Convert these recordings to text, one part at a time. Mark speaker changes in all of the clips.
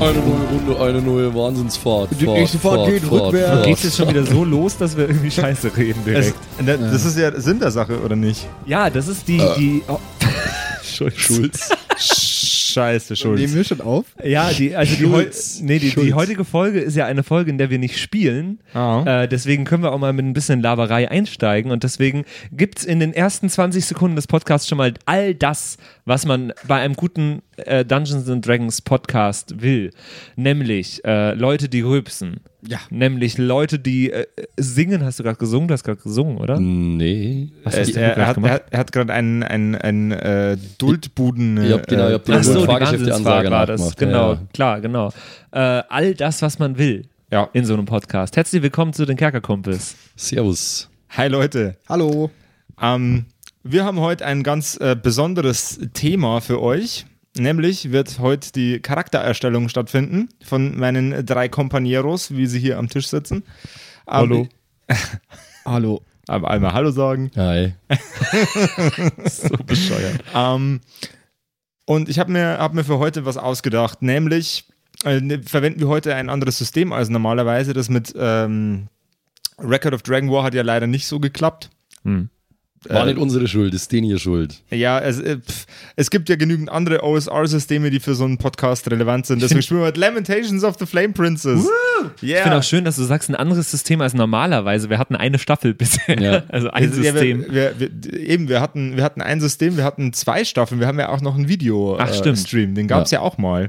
Speaker 1: Eine neue Runde, eine neue Wahnsinnsfahrt.
Speaker 2: Die nächste Fahrt geht rückwärts.
Speaker 3: Dann geht's jetzt schon wieder so los, dass wir irgendwie Scheiße reden
Speaker 4: Es,
Speaker 3: direkt.
Speaker 4: das das ist ja Sinn der Sache, oder nicht?
Speaker 3: ja, das ist die. die oh,
Speaker 4: Schulz. Scheiße,
Speaker 2: Nehmen
Speaker 4: Schulz.
Speaker 2: wir schon auf.
Speaker 3: ja, die, also die, heu
Speaker 1: Schulz.
Speaker 3: nee, die, die
Speaker 1: Schulz.
Speaker 3: heutige Folge ist ja eine Folge, in der wir nicht spielen.
Speaker 4: Ah.
Speaker 3: Äh, deswegen können wir auch mal mit ein bisschen Laberei einsteigen. Und deswegen gibt's in den ersten 20 Sekunden des Podcasts schon mal all das, was man bei einem guten äh, Dungeons and Dragons Podcast will. Nämlich äh, Leute, die rülpsen.
Speaker 2: Ja.
Speaker 3: Nämlich Leute, die äh, singen. Hast du gerade gesungen? Du hast gerade gesungen, oder?
Speaker 1: Hm. Nee.
Speaker 2: Äh,
Speaker 3: Was
Speaker 4: Er,
Speaker 3: hast du
Speaker 4: er,
Speaker 3: gerade
Speaker 4: hat,
Speaker 3: gemacht?
Speaker 4: er, hat- er hat gerade einen, einen, einen äh, Duldbuden.
Speaker 1: Ihr habt den- ihr
Speaker 4: äh,
Speaker 1: habt den-
Speaker 3: Ach so, die
Speaker 1: Frage ich, ob die
Speaker 3: Wahnsinnsfahrt
Speaker 1: Ansage
Speaker 3: war das.
Speaker 1: nachgemacht.
Speaker 3: Genau,
Speaker 1: Ja, ja.
Speaker 3: klar, genau. Äh, all das, was man will
Speaker 4: ja.
Speaker 3: in so einem Podcast. Herzlich willkommen zu den Kerkerkumpels.
Speaker 1: Servus.
Speaker 4: Hi Leute.
Speaker 2: Hallo.
Speaker 4: Ähm, wir haben heute ein ganz äh, besonderes Thema für euch. Nämlich wird heute die Charaktererstellung stattfinden von meinen drei Companeros, wie sie hier am Tisch sitzen. Ähm,
Speaker 3: Hallo.
Speaker 2: Hallo.
Speaker 4: Aber einmal Hallo sagen.
Speaker 1: Hi.
Speaker 3: So bescheuert.
Speaker 4: Ähm, und ich habe mir, hab mir für heute was ausgedacht, nämlich äh, ne- verwenden wir heute ein anderes System als normalerweise. Das mit ähm, Record of Dragon War hat ja leider nicht so geklappt.
Speaker 3: Hm.
Speaker 1: War
Speaker 4: Äh,
Speaker 1: nicht unsere Schuld, ist den hier schuld.
Speaker 4: Ja, es, äh, pf, es gibt ja genügend andere OSR-Systeme, die für so einen Podcast relevant sind. Deswegen spielen wir heute Lamentations of the Flame Princess.
Speaker 3: Ich finde
Speaker 4: Yeah.
Speaker 3: auch schön, dass du sagst, ein anderes System als normalerweise. Wir hatten eine Staffel bisher.
Speaker 1: Ja.
Speaker 3: Also ein
Speaker 4: Ja,
Speaker 3: System.
Speaker 4: wir, wir, wir, eben, wir hatten, wir hatten ein System, wir hatten zwei Staffeln, wir haben ja auch noch ein
Speaker 3: Ach, stimmt.
Speaker 4: Video-Stream. Den gab es ja. auch mal.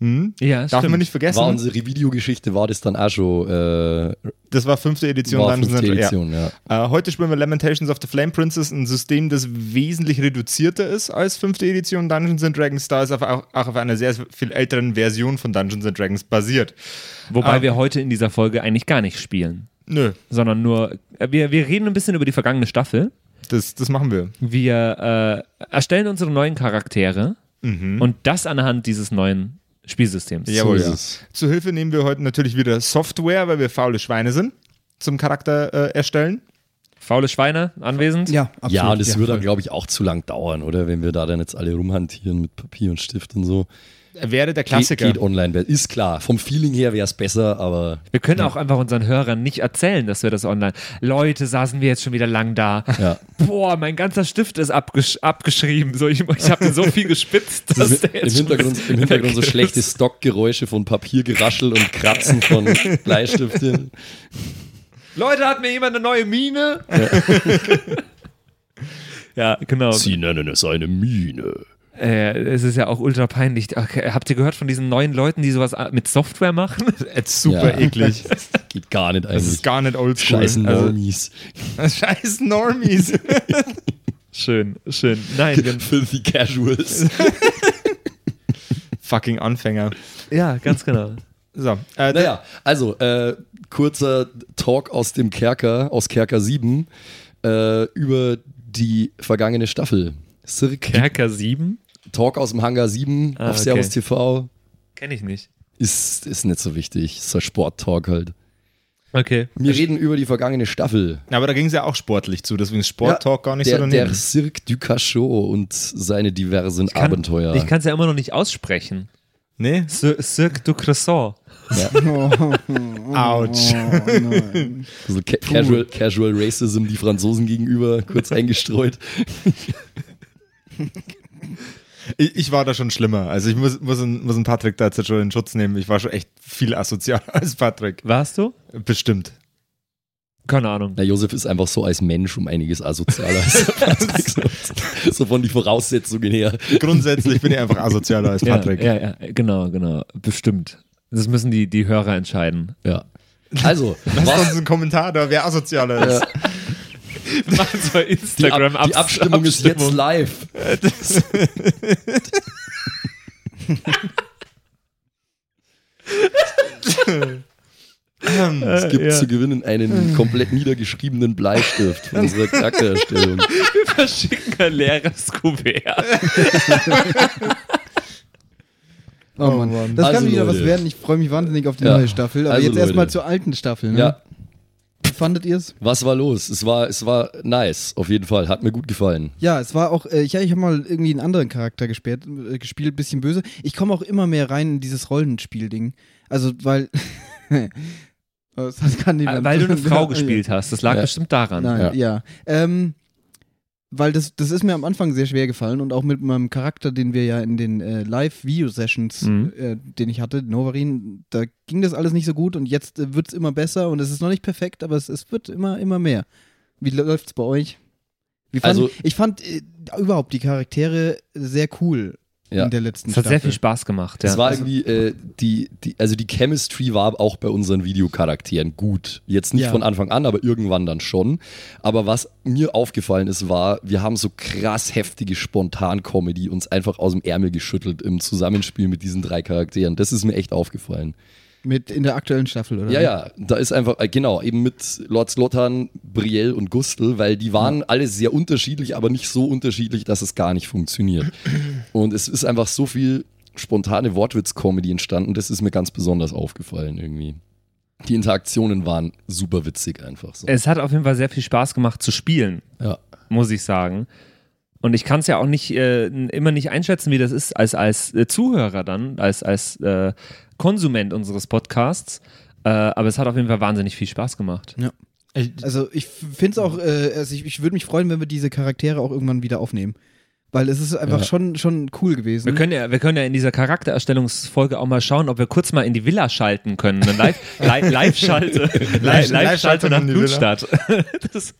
Speaker 4: Hm?
Speaker 3: Ja,
Speaker 4: Darf man nicht vergessen.
Speaker 1: War unsere Videogeschichte, war das dann auch schon äh,
Speaker 4: Das war fünfte Edition.
Speaker 1: war
Speaker 4: Dungeons and-
Speaker 1: fünfte
Speaker 4: ja.
Speaker 1: Edition, ja.
Speaker 4: Äh, heute spielen wir Lamentations of the Flame Princess, ein System, das wesentlich reduzierter ist als fünfte Edition Dungeons and Dragons, da es auf, auch, auch auf einer sehr viel älteren Version von Dungeons and Dragons basiert.
Speaker 3: Wobei
Speaker 4: Ah.
Speaker 3: wir heute in dieser Folge eigentlich gar nicht spielen,
Speaker 4: Nö,
Speaker 3: sondern nur, äh, wir, wir reden ein bisschen über die vergangene Staffel.
Speaker 4: das, das machen wir.
Speaker 3: Wir äh, erstellen unsere neuen Charaktere und das anhand dieses neuen Spielsystems.
Speaker 4: Jawohl,
Speaker 1: ist
Speaker 4: ja.
Speaker 1: es.
Speaker 4: Zu Hilfe nehmen wir heute natürlich wieder Software, weil wir faule Schweine sind, zum Charakter äh, erstellen.
Speaker 3: Faule Schweine anwesend.
Speaker 2: Ja, absolut.
Speaker 1: Ja, und es
Speaker 2: Ja,
Speaker 1: würde
Speaker 2: voll.
Speaker 1: dann, glaube ich, auch zu lang dauern, oder? Wenn wir da dann jetzt alle rumhantieren mit Papier und Stift und so.
Speaker 4: Wäre der
Speaker 1: Geht,
Speaker 4: Klassiker.
Speaker 1: geht online, ist klar. Vom Feeling her wäre es besser, aber
Speaker 3: Wir können auch einfach unseren Hörern nicht erzählen, dass wir das online. Leute, saßen wir jetzt schon wieder lang da.
Speaker 1: Ja.
Speaker 3: Boah, mein ganzer Stift ist abgesch abgeschrieben. So, ich ich habe den so viel gespitzt, dass
Speaker 1: Im,
Speaker 3: der
Speaker 1: im
Speaker 3: jetzt schon
Speaker 1: Hintergrund,
Speaker 3: wieder
Speaker 1: im Hintergrund so
Speaker 3: weg ist.
Speaker 1: schlechte Stockgeräusche von Papiergeraschel und Kratzen von Bleistiften.
Speaker 3: Leute, hat mir jemand eine neue Mine? Ja, genau.
Speaker 1: Sie nennen es eine Mine.
Speaker 3: Äh, es ist ja auch ultra peinlich. Okay, habt ihr gehört von diesen neuen Leuten, die sowas mit Software machen?
Speaker 4: Jetzt super
Speaker 1: Ja.
Speaker 4: eklig.
Speaker 1: Geht gar nicht
Speaker 4: Das
Speaker 1: eigentlich.
Speaker 4: ist gar nicht oldschool.
Speaker 1: Scheißen
Speaker 4: Also,
Speaker 1: Normies.
Speaker 4: scheiß Normies.
Speaker 3: Schön, schön. Nein, gen-
Speaker 1: Filthy Casuals.
Speaker 4: Fucking Anfänger.
Speaker 3: ja, ganz genau.
Speaker 4: So, äh,
Speaker 1: Naja, also äh, kurzer Talk aus dem Kerker, aus Kerker 7, äh, über die vergangene Staffel. Cirque.
Speaker 3: Kerker 7?
Speaker 1: Talk aus dem Hangar 7 auf
Speaker 3: Ah, okay.
Speaker 1: Servus TV.
Speaker 3: Kenne ich nicht.
Speaker 1: Ist, ist nicht so wichtig. Ist ein Sport-Talk halt.
Speaker 3: Okay.
Speaker 1: Wir reden über die vergangene Staffel.
Speaker 4: Aber da ging es ja auch sportlich zu, deswegen ist Sport-Talk gar nicht
Speaker 1: der,
Speaker 4: so daneben.
Speaker 1: Der Cirque du Cachot und seine diversen
Speaker 3: Kann-
Speaker 1: Abenteuer.
Speaker 3: Ich kann es ja immer noch nicht aussprechen.
Speaker 4: nee?
Speaker 3: Cir- Cirque du Cresson.
Speaker 4: Autsch.
Speaker 1: so Also ca casual, casual Racism, die Franzosen gegenüber, kurz eingestreut.
Speaker 4: Ich, ich war da schon schlimmer. Also ich muss, muss, einen- muss einen Patrick da jetzt schon in Schutz nehmen. Ich war schon echt viel asozialer als Patrick.
Speaker 3: Warst du?
Speaker 4: Bestimmt.
Speaker 3: Keine Ahnung.
Speaker 1: Na, Josef ist einfach so als Mensch um einiges asozialer als Patrick. so, so von den Voraussetzungen her.
Speaker 4: Grundsätzlich bin ich einfach asozialer als Patrick.
Speaker 3: Ja, ja, ja, genau, genau. Bestimmt. Das müssen die, die Hörer entscheiden.
Speaker 1: Ja. Also,
Speaker 4: Lasst uns
Speaker 1: was,
Speaker 4: einen Kommentar da, wer asozialer ist.
Speaker 3: Macht's bei
Speaker 1: die, Ab
Speaker 3: Instagram
Speaker 1: die Abstimmung ist jetzt live. Ähm, Es gibt zu gewinnen einen komplett niedergeschriebenen Bleistift von unserer Charaktererstellung.
Speaker 3: verschicken ein leeres Kuvert.
Speaker 2: Oh Mann. Das
Speaker 1: Also,
Speaker 2: kann wieder was
Speaker 1: Leute.
Speaker 2: werden. Ich freue mich wahnsinnig auf die
Speaker 1: Ja.
Speaker 2: neue Staffel. Aber
Speaker 1: Also,
Speaker 2: jetzt erstmal
Speaker 1: Leute.
Speaker 2: zur alten Staffel. Ne?
Speaker 1: Ja.
Speaker 2: fandet ihr es?
Speaker 1: Was war los? Es war, es war nice, auf jeden Fall. Hat mir gut gefallen.
Speaker 2: Ja, es war auch, äh, ich, ja, ich habe mal irgendwie einen anderen Charakter gespielt, äh, gespielt bisschen böse. Ich komme auch immer mehr rein in dieses Rollenspiel-Ding. Also, weil. Oh, das kann
Speaker 3: Ah,
Speaker 2: niemand.
Speaker 3: Weil du eine Frau gespielt
Speaker 2: hast.
Speaker 3: hast. Das lag
Speaker 1: Ja.
Speaker 3: bestimmt daran.
Speaker 2: Nein, ja. Ähm, weil das, das ist mir am Anfang sehr schwer gefallen und auch mit meinem Charakter, den wir ja in den äh, Live-Video-Sessions,
Speaker 3: Mhm.
Speaker 2: äh, den ich hatte, Novarin, da ging das alles nicht so gut und jetzt äh, wird es immer besser und es ist noch nicht perfekt, aber es, es wird immer, immer mehr. Wie läuft es bei euch? Wie fand,
Speaker 1: Also-
Speaker 2: ich fand äh, überhaupt die Charaktere sehr cool
Speaker 1: Ja.
Speaker 2: in der letzten
Speaker 3: Es hat
Speaker 2: Staffel.
Speaker 3: sehr viel Spaß gemacht. Ja. Also
Speaker 1: Es war irgendwie, äh, die, die, also die Chemistry war auch bei unseren Videocharakteren gut. Jetzt nicht
Speaker 2: Ja.
Speaker 1: von Anfang an, aber irgendwann dann schon. Aber was mir aufgefallen ist, war, wir haben so krass heftige Spontan-Comedy uns einfach aus dem Ärmel geschüttelt im Zusammenspiel mit diesen drei Charakteren. Das ist mir echt aufgefallen.
Speaker 2: Mit in der aktuellen Staffel, oder?
Speaker 1: Ja, ja, da ist einfach, äh, genau, eben mit Lord Slothan, Brielle und Gustl, weil die waren alle sehr unterschiedlich, aber nicht so unterschiedlich, dass es gar nicht funktioniert. Und es ist einfach so viel spontane Wortwitz-Comedy entstanden, das ist mir ganz besonders aufgefallen irgendwie. Die Interaktionen waren super witzig einfach so.
Speaker 3: es hat auf jeden Fall sehr viel Spaß gemacht zu spielen,
Speaker 1: Ja.
Speaker 3: muss ich sagen. Und ich kann es ja auch nicht äh, immer nicht einschätzen, wie das ist als, als äh, Zuhörer dann, als, als äh, Konsument unseres Podcasts. Äh, aber es hat auf jeden Fall wahnsinnig viel Spaß gemacht.
Speaker 2: Also ich finde es auch, äh, also ich, ich würde mich freuen, wenn wir diese Charaktere auch irgendwann wieder aufnehmen. Weil es ist einfach
Speaker 1: Ja.
Speaker 2: schon, schon cool gewesen.
Speaker 4: Hm?
Speaker 3: Wir können, ja, wir können ja in dieser Charaktererstellungsfolge auch mal schauen, ob wir kurz mal in die Villa schalten können. Eine Live, live, live schalte. Live, live schalte
Speaker 4: Live-Schaltung
Speaker 3: nach
Speaker 4: in die Villa.
Speaker 3: Blutstadt. Das,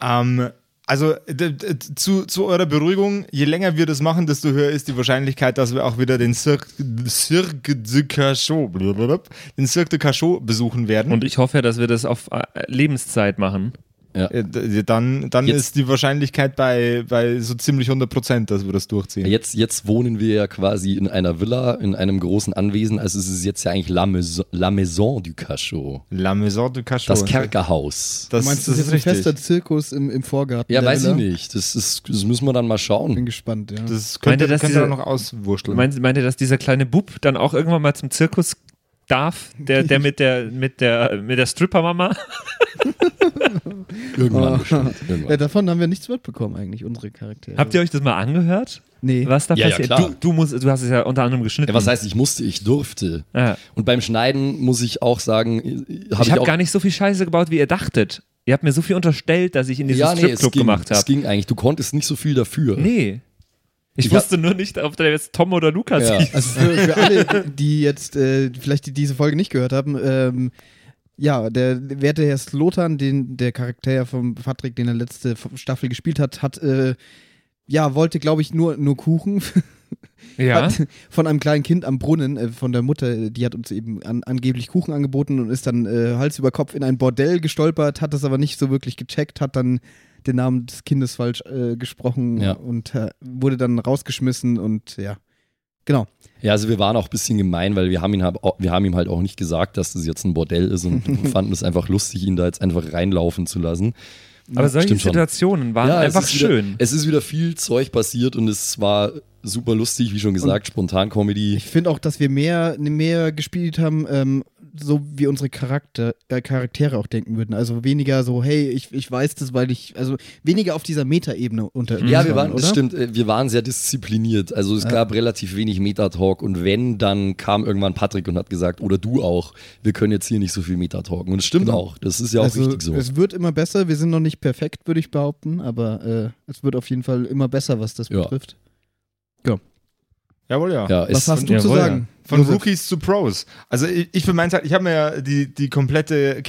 Speaker 4: Ähm, also d- d- zu, zu eurer Beruhigung, je länger wir das machen, desto höher ist die Wahrscheinlichkeit, dass wir auch wieder den Cirque, Cirque du Cachot, blablabla, den Cirque du Cachot besuchen werden.
Speaker 3: und ich hoffe ja, dass wir das auf äh, Lebenszeit machen.
Speaker 4: Äh, d- dann dann
Speaker 1: Jetzt-
Speaker 4: ist die Wahrscheinlichkeit bei, bei so ziemlich 100 Prozent, dass wir das durchziehen.
Speaker 1: Jetzt, jetzt wohnen wir ja quasi in einer Villa, in einem großen Anwesen, also es ist jetzt ja eigentlich La Maison, La Maison du Cachot,
Speaker 4: La Maison du Cachot.
Speaker 1: das Kerkerhaus.
Speaker 4: Das,
Speaker 2: du meinst,
Speaker 4: das ist
Speaker 2: das, ist ein fester
Speaker 4: richtig.
Speaker 2: Zirkus im, im Vorgarten.
Speaker 1: Ja,
Speaker 2: der
Speaker 1: weiß ich
Speaker 2: Villa?
Speaker 1: nicht, das, ist, das müssen wir dann mal schauen.
Speaker 2: Bin gespannt, ja.
Speaker 4: Das könnt
Speaker 3: Meint
Speaker 4: ihr,
Speaker 3: ihr, dass
Speaker 4: könnt ihr
Speaker 3: diese-
Speaker 4: dann noch auswurschteln.
Speaker 3: Meint, meint ihr, dass dieser kleine Bub dann auch irgendwann mal zum Zirkus darf? Der, der mit der, mit der, mit der Stripper-Mama?
Speaker 1: Irgendwann
Speaker 2: Oh.
Speaker 1: bestimmt. Irgendwann.
Speaker 2: ja, davon haben wir nichts mitbekommen eigentlich, unsere Charaktere.
Speaker 3: Habt ihr euch das mal angehört?
Speaker 2: nee.
Speaker 3: Was da
Speaker 1: Ja, ja,
Speaker 3: passiert?
Speaker 1: klar.
Speaker 3: du, du, musst, du hast es ja unter anderem geschnitten.
Speaker 1: Ja, was heißt, ich musste, ich durfte.
Speaker 3: Ah.
Speaker 1: Und beim Schneiden muss ich auch sagen, äh, hab
Speaker 3: ich habe
Speaker 1: auch,
Speaker 3: gar nicht so viel Scheiße gebaut, wie ihr dachtet. Ihr habt mir so viel unterstellt, dass ich in diesen
Speaker 1: ja, nee, es
Speaker 3: Stripclub
Speaker 1: ging,
Speaker 3: gemacht
Speaker 1: Es
Speaker 3: habe.
Speaker 1: ging eigentlich, du konntest nicht so viel dafür.
Speaker 3: Nee. Ich,
Speaker 1: Äh. Ich hab-
Speaker 3: wusste nur nicht, ob da jetzt Tom oder Lukas
Speaker 1: Ja.
Speaker 3: hieß.
Speaker 2: Also für, für alle, die jetzt äh, vielleicht die, diese Folge nicht gehört haben, ähm, ja, der werte Herr Slotan, den der Charakter von Patrick, den er letzte F- Staffel gespielt hat, hat äh, ja, wollte, glaube ich, nur, nur Kuchen
Speaker 3: Ja.
Speaker 2: Hat- von einem kleinen Kind am Brunnen, äh, von der Mutter, äh, die hat uns eben an, angeblich Kuchen angeboten und ist dann äh, Hals über Kopf in ein Bordell gestolpert, hat das aber nicht so wirklich gecheckt, hat dann den Namen des Kindes falsch äh, gesprochen
Speaker 1: Ja.
Speaker 2: und äh, wurde dann rausgeschmissen und ja. Genau.
Speaker 1: Ja, also wir waren auch ein bisschen gemein, weil wir haben, ihn, hab- wir haben ihm halt auch nicht gesagt, dass das jetzt ein Bordell ist und fanden es einfach lustig, ihn da jetzt einfach reinlaufen zu lassen.
Speaker 3: Aber solche
Speaker 1: Stimmt schon.
Speaker 3: Situationen waren
Speaker 1: ja, es
Speaker 3: einfach
Speaker 1: ist wieder, Äh,
Speaker 3: schön.
Speaker 1: Es ist wieder viel Zeug passiert und es war super lustig, wie schon gesagt, Spontan-Comedy.
Speaker 2: Ich finde auch, dass wir mehr, mehr gespielt haben, ähm, so wie unsere Charakter, äh, Charaktere auch denken würden. Also weniger so, hey, ich, ich weiß das, weil ich, also weniger auf dieser Metaebene unter
Speaker 1: Ja, wir waren,
Speaker 2: Mhm. oder?
Speaker 1: das stimmt, äh, wir waren sehr diszipliniert. Also es gab relativ wenig Metatalk und wenn, dann kam irgendwann Patrick und hat gesagt, oder du auch, wir können jetzt hier nicht so viel Metatalken. Und es stimmt auch, das ist ja auch
Speaker 2: Genau. also,
Speaker 1: richtig so.
Speaker 2: Es wird immer besser. Wir sind noch nicht perfekt, würde ich behaupten, aber äh, es wird auf jeden Fall immer besser, was das
Speaker 1: Ja.
Speaker 2: betrifft.
Speaker 4: Jawohl, ja.
Speaker 1: Ja, es,
Speaker 2: was hast du zu
Speaker 3: Jawohl, ja.
Speaker 2: sagen?
Speaker 4: Von
Speaker 2: Josef?
Speaker 4: Rookies zu Pros. Also ich, ich für meinen Teil, ich habe mir ja die, die komplette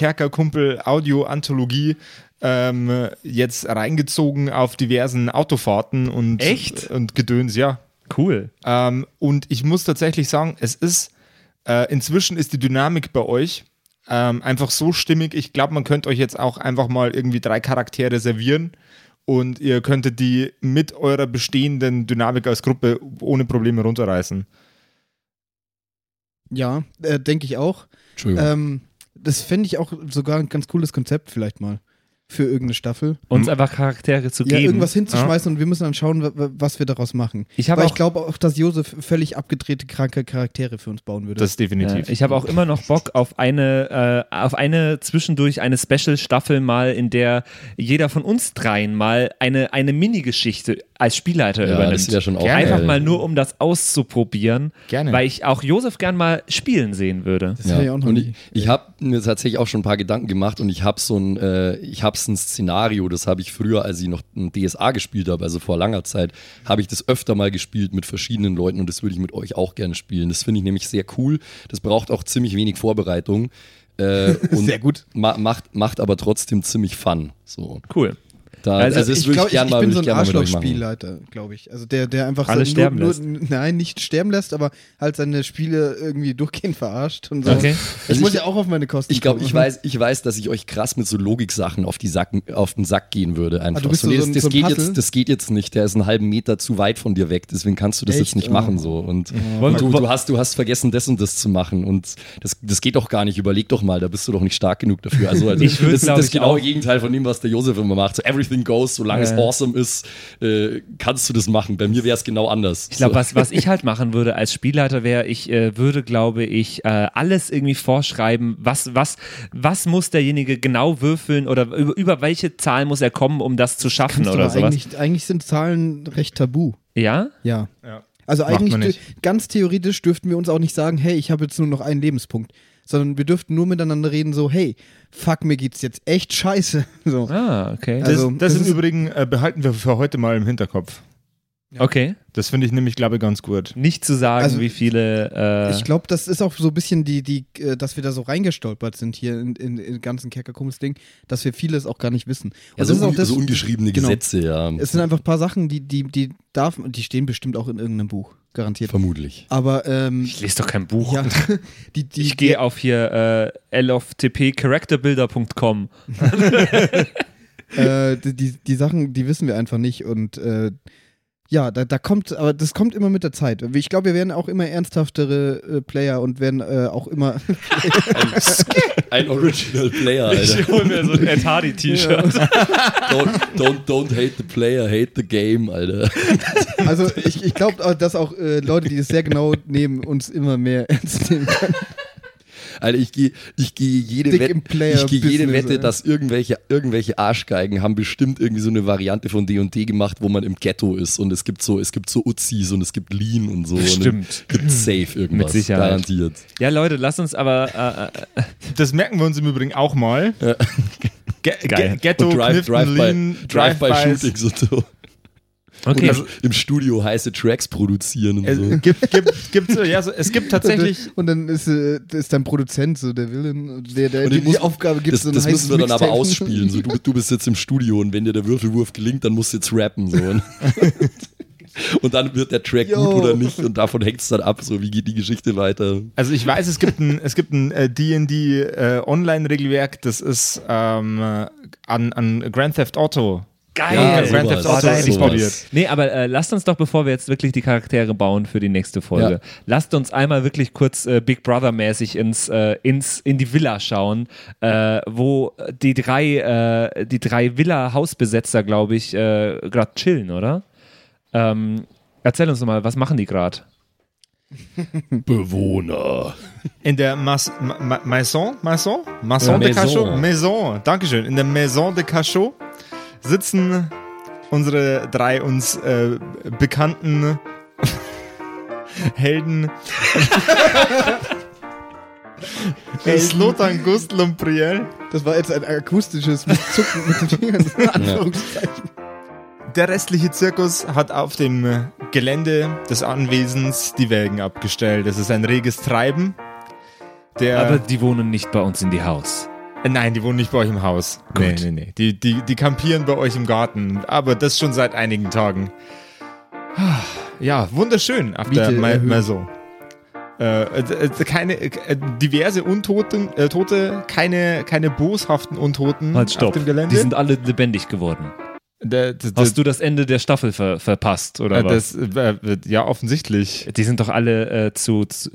Speaker 4: Kerker-Kumpel-Audio-Anthologie ähm, jetzt reingezogen auf diversen Autofahrten und,
Speaker 3: Echt?
Speaker 4: und Gedöns, ja.
Speaker 3: Cool.
Speaker 4: Ähm, und ich muss tatsächlich sagen, es ist, äh, inzwischen ist die Dynamik bei euch ähm, einfach so stimmig. Ich glaube, man könnte euch jetzt auch einfach mal irgendwie drei Charaktere servieren und ihr könntet die mit eurer bestehenden Dynamik als Gruppe ohne Probleme runterreißen.
Speaker 2: Ja, äh, denke ich auch. äh,
Speaker 1: Entschuldigung.
Speaker 2: Ähm, das fände ich auch sogar ein ganz cooles Konzept vielleicht mal. für irgendeine Staffel.
Speaker 3: Uns einfach Charaktere zu
Speaker 2: Ja,
Speaker 3: geben.
Speaker 2: irgendwas hinzuschmeißen und wir müssen dann schauen, wa- wa- was wir daraus machen.
Speaker 3: Ich habe
Speaker 2: Weil ich
Speaker 3: auch-
Speaker 2: glaube auch, dass Josef völlig abgedrehte, kranke Charaktere für uns bauen würde.
Speaker 4: Das
Speaker 3: Ja,
Speaker 4: definitiv.
Speaker 3: ich habe auch immer noch Bock auf eine, äh, auf eine zwischendurch eine Special-Staffel mal, in der jeder von uns dreien mal eine, eine Mini-Geschichte als Spielleiter
Speaker 1: Ja,
Speaker 3: übernimmt.
Speaker 1: das wär schon auch
Speaker 3: Gerne. Einfach
Speaker 1: geil.
Speaker 3: mal nur, um das auszuprobieren.
Speaker 4: Gerne.
Speaker 3: Weil ich auch Josef gern mal spielen sehen würde.
Speaker 2: Das hätte ich auch noch
Speaker 1: und
Speaker 2: nie.
Speaker 1: ich, ich habe mir tatsächlich auch schon ein paar Gedanken gemacht und ich habe so ein, äh, ich habe ein Szenario, das habe ich früher, als ich noch ein DSA gespielt habe, also vor langer Zeit, habe ich das öfter mal gespielt mit verschiedenen Leuten und das würde ich mit euch auch gerne spielen. Das finde ich nämlich sehr cool. Das braucht auch ziemlich wenig Vorbereitung. Äh, und
Speaker 2: Sehr gut.
Speaker 1: Ma macht, macht aber trotzdem ziemlich Fun. So.
Speaker 3: Cool.
Speaker 1: Da,
Speaker 3: Also
Speaker 1: also, das
Speaker 2: ich,
Speaker 1: würde
Speaker 2: glaub,
Speaker 1: ich gerne
Speaker 2: ich,
Speaker 1: mal,
Speaker 2: bin
Speaker 1: würd
Speaker 2: so
Speaker 1: ich gerne
Speaker 2: ein
Speaker 1: mal mit euch machen.
Speaker 2: Arschloch-Spielleiter, glaube ich. Also der, der einfach
Speaker 3: Alle
Speaker 2: so
Speaker 3: sterben
Speaker 2: nur,
Speaker 3: lässt.
Speaker 2: nur, nein, nicht sterben lässt, aber halt seine Spiele irgendwie durchgehend verarscht und so.
Speaker 3: Okay.
Speaker 2: Ich
Speaker 1: Also
Speaker 2: muss
Speaker 1: ich-
Speaker 2: ja auch auf meine Kosten.
Speaker 1: Ich glaube,
Speaker 2: kommen.
Speaker 1: ich weiß, ich weiß, dass ich euch krass mit so Logiksachen auf, die Sacken, auf den Sack gehen würde. Einfach.
Speaker 2: Ah, du bist so
Speaker 1: das,
Speaker 2: ein-
Speaker 1: das,
Speaker 2: so ein
Speaker 1: geht
Speaker 2: Puzzle?
Speaker 1: jetzt, das geht jetzt nicht. Der ist einen halben Meter zu weit von dir weg. Deswegen kannst du das
Speaker 2: Echt?
Speaker 1: jetzt nicht
Speaker 2: Oh.
Speaker 1: machen. So. Und,
Speaker 3: Wollen-
Speaker 1: und du, du, hast, du hast vergessen, das und das zu machen. Und das, das geht doch gar nicht. Überleg doch mal. Da bist du doch nicht stark genug dafür. Also, also
Speaker 3: Ich würd,
Speaker 1: das ist
Speaker 3: glaub
Speaker 1: das
Speaker 3: ich,
Speaker 1: genaue
Speaker 3: auch-
Speaker 1: Gegenteil von dem, was der Josef immer macht. So, everything goes, solange es
Speaker 3: Ja.
Speaker 1: awesome ist, äh, kannst du das machen. Bei mir wäre es genau anders.
Speaker 3: Ich glaube, was, was ich halt machen würde als Spielleiter wäre, ich äh, würde, glaube ich, äh, alles irgendwie vorschreiben, was, was, was muss derjenige genau würfeln oder über, über welche Zahl muss er kommen, um das zu schaffen
Speaker 2: Kannst du
Speaker 3: oder
Speaker 2: aber
Speaker 3: sowas.
Speaker 2: Eigentlich, eigentlich sind Zahlen recht tabu.
Speaker 3: Ja?
Speaker 2: Ja.
Speaker 4: Ja.
Speaker 2: Also
Speaker 4: Macht man
Speaker 2: eigentlich, ganz theoretisch dürften wir uns auch nicht sagen, hey, ich habe jetzt nur noch einen Lebenspunkt. Sondern wir dürften nur miteinander reden, so, hey, fuck, mir geht's jetzt echt scheiße. So.
Speaker 3: Ah, okay.
Speaker 2: Also,
Speaker 4: das,
Speaker 2: das
Speaker 4: im
Speaker 2: ist-
Speaker 4: Übrigen äh, behalten wir für heute mal im Hinterkopf.
Speaker 3: Okay.
Speaker 4: Das finde ich nämlich, glaube ich, ganz gut.
Speaker 3: Nicht zu sagen,
Speaker 2: Also,
Speaker 3: wie viele. Äh,
Speaker 2: Ich glaube, das ist auch so ein bisschen die, die, äh, dass wir da so reingestolpert sind hier in, in, in ganzen Kerkerkummels-Ding, dass wir vieles auch gar nicht wissen. Und
Speaker 1: ja, so,
Speaker 2: das ist auch
Speaker 1: un
Speaker 2: das,
Speaker 1: so ungeschriebene
Speaker 2: genau.
Speaker 1: Gesetze, ja.
Speaker 2: Es sind einfach ein paar Sachen, die, die, die darf man, die stehen bestimmt auch in irgendeinem Buch, garantiert.
Speaker 1: Vermutlich.
Speaker 2: Aber ähm,
Speaker 3: ich lese doch kein Buch.
Speaker 2: ja, die, die,
Speaker 3: ich gehe auf hier äh, loftpcharacterbuilder.com.
Speaker 2: die, äh, die, die, die Sachen, die wissen wir einfach nicht und äh, ja, da, da kommt, aber das kommt immer mit der Zeit. Ich glaube, wir werden auch immer ernsthaftere äh, Player und werden äh, auch immer
Speaker 1: Ein Original Player, Alter.
Speaker 3: hole mir so ein Ed Hardy T-Shirt.
Speaker 1: don't, don't, don't hate the player, hate the game, Alter.
Speaker 2: Also ich, ich glaube, dass auch äh, Leute, die das sehr genau nehmen, uns immer mehr ernst nehmen können.
Speaker 1: Alter, ich gehe ich geh jede,
Speaker 2: Dick
Speaker 1: Wette,
Speaker 2: im Player
Speaker 1: ich geh jede
Speaker 2: Business,
Speaker 1: Wette,
Speaker 2: ey.
Speaker 1: dass irgendwelche, irgendwelche Arschgeigen haben bestimmt irgendwie so eine Variante von D&D gemacht, wo man im Ghetto ist und es gibt so, es gibt so Uzis und es gibt Lean und so.
Speaker 3: Stimmt.
Speaker 1: Und es gibt safe irgendwas.
Speaker 3: Mit Sicherheit.
Speaker 1: Garantiert.
Speaker 3: Ja, Leute, lasst uns aber. Äh, äh,
Speaker 4: Das merken wir uns im Übrigen auch mal. Ge Ge
Speaker 3: Geil.
Speaker 4: Ghetto,
Speaker 1: und Drive,
Speaker 4: Kniften,
Speaker 1: Drive,
Speaker 4: Lean,
Speaker 1: by, Drive by
Speaker 4: Drive-Bys.
Speaker 1: Shootings und so.
Speaker 3: okay.
Speaker 1: Und im, im Studio heiße Tracks produzieren und
Speaker 4: Es
Speaker 1: so.
Speaker 4: gibt, gibt, gibt's, ja, so, es gibt tatsächlich
Speaker 2: Und dann ist, äh, ist dein Produzent so der Villain, der, der
Speaker 1: Und
Speaker 2: dir
Speaker 1: ich muss-
Speaker 2: die Aufgabe gibt.
Speaker 1: Das,
Speaker 2: so ein
Speaker 1: das müssen
Speaker 2: heißes
Speaker 1: wir dann aber
Speaker 2: Mixtape.
Speaker 1: ausspielen. So, du, du bist jetzt im Studio und wenn dir der Würfelwurf gelingt, dann musst du jetzt rappen. So. Und- Und dann wird der Track
Speaker 2: Yo.
Speaker 1: gut oder nicht und davon hängt es dann ab, so wie geht die Geschichte weiter.
Speaker 4: Also ich weiß, es gibt ein es gibt ein äh, D&D äh, Online-Regelwerk, das ist ähm, äh, an, an Grand Theft Auto.
Speaker 3: Geil. Oh,
Speaker 4: Ja,
Speaker 1: sowas,
Speaker 4: Grand Theft Auto
Speaker 3: sowas.
Speaker 4: ist nicht probiert.
Speaker 3: Nee, aber äh, lasst uns doch, bevor wir jetzt wirklich die Charaktere bauen für die nächste Folge, lasst uns einmal wirklich kurz äh, Big Brother-mäßig ins, äh, ins, in die Villa schauen, äh, wo die drei, äh, die drei Villa-Hausbesetzer, glaube ich, äh, gerade chillen, oder? Ähm, erzähl uns doch mal, was machen die gerade?
Speaker 1: Bewohner.
Speaker 4: In der Mas Ma Ma Maison, Maison, Maison de
Speaker 1: Maison.
Speaker 4: Cachot, Maison, Dankeschön. In der Maison de Cachot sitzen unsere drei uns äh, bekannten Helden. Slotan, Äh, Gustl und Priel.
Speaker 2: Das war jetzt ein akustisches mit Zucken mit den Fingern. in Anführungszeichen.
Speaker 4: Der restliche Zirkus hat auf dem Gelände des Anwesens die Wägen abgestellt. Es ist ein reges Treiben. Der
Speaker 3: Aber die wohnen nicht bei uns in die Haus.
Speaker 4: Äh, nein, die wohnen nicht bei euch im Haus. Nee,
Speaker 3: Gut.
Speaker 4: nee, nee. Die, die, die kampieren bei euch im Garten. Aber das schon seit einigen Tagen. Ah, Ja, wunderschön. Auf
Speaker 2: Miete
Speaker 4: der Ma
Speaker 2: erhöhen.
Speaker 4: Maison. Äh, äh, äh, keine, äh, diverse Untote, äh, Tote, keine, keine boshaften Untoten
Speaker 3: Halt,
Speaker 4: Hm. auf
Speaker 3: stopp.
Speaker 4: dem Gelände.
Speaker 3: Die sind alle lebendig geworden.
Speaker 4: Da- da- da-
Speaker 3: Hast du das Ende der Staffel ver verpasst, oder
Speaker 4: äh,
Speaker 3: was?
Speaker 4: das, äh, äh, ja, offensichtlich.
Speaker 3: Die sind doch alle äh, zu, zu,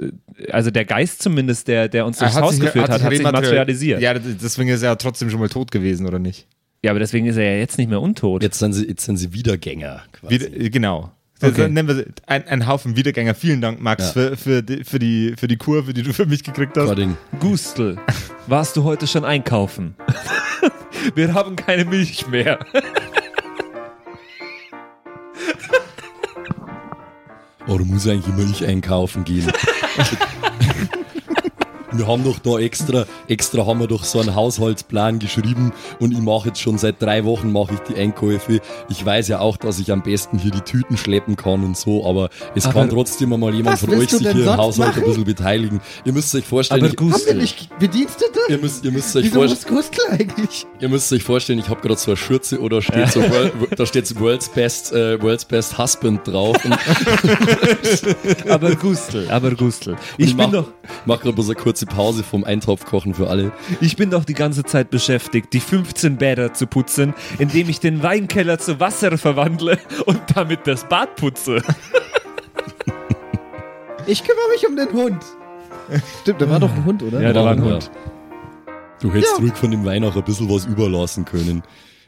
Speaker 3: also der Geist zumindest, der, der uns durchs Haus geführt hat, hat sich
Speaker 4: remateri-
Speaker 3: materialisiert. Ja.
Speaker 4: Ja, d- deswegen ist er ja trotzdem schon mal tot gewesen, oder nicht?
Speaker 3: Ja, aber deswegen ist er ja jetzt nicht mehr untot.
Speaker 1: Jetzt sind sie, jetzt sind sie Wiedergänger quasi.
Speaker 4: Wieder, genau. Das
Speaker 3: Okay.
Speaker 4: nennen wir sie- ein, ein Haufen Wiedergänger. Vielen Dank, Max,
Speaker 1: Ja.
Speaker 4: für, für, die, für, die, für die Kurve, die du für mich gekriegt hast.
Speaker 1: Cording.
Speaker 3: Gustl, warst du heute schon einkaufen? Wir haben keine Milch mehr.
Speaker 1: Oh, du musst eigentlich Milch einkaufen gehen. Wir haben doch da extra, extra haben wir doch so einen Haushaltsplan geschrieben und ich mache jetzt schon seit drei Wochen mache ich die Einkäufe. Ich weiß ja auch, dass ich am besten hier die Tüten schleppen kann und so, aber es
Speaker 3: Aber
Speaker 1: kann trotzdem einmal jemand
Speaker 2: was
Speaker 1: von
Speaker 2: willst
Speaker 1: euch
Speaker 2: du
Speaker 1: sich
Speaker 2: denn
Speaker 1: hier im
Speaker 2: sonst
Speaker 1: Haushalt ein
Speaker 2: machen?
Speaker 1: bisschen beteiligen. Ihr müsst euch vorstellen,
Speaker 3: Aber
Speaker 1: ich-
Speaker 2: Haben wir
Speaker 3: Gustl,
Speaker 2: nicht Bedienstete?
Speaker 1: ihr müsst, ihr müsst euch
Speaker 2: Wieso
Speaker 1: vorstellen.
Speaker 2: muss Gustl eigentlich?
Speaker 1: Ihr müsst euch vorstellen, ich habe gerade so eine Schürze oder steht so World, da steht so World's Best, äh, World's Best Husband drauf und
Speaker 3: aber Gustl, aber Gustl. Ich
Speaker 1: mach,
Speaker 3: bin, doch,
Speaker 1: mach gerade bloß eine kurze Pause vom Eintopfkochen für alle.
Speaker 3: ich bin doch die ganze Zeit beschäftigt, die 15 Bäder zu putzen, indem ich den Weinkeller zu Wasser verwandle und damit das Bad putze.
Speaker 2: Ich kümmere mich um den Hund. Stimmt, da war doch ein Hund, oder?
Speaker 3: Ja, da war ein
Speaker 1: Ja.
Speaker 3: Hund.
Speaker 1: Du hättest
Speaker 2: Ja.
Speaker 1: ruhig von dem Wein auch ein bisschen was überlassen können.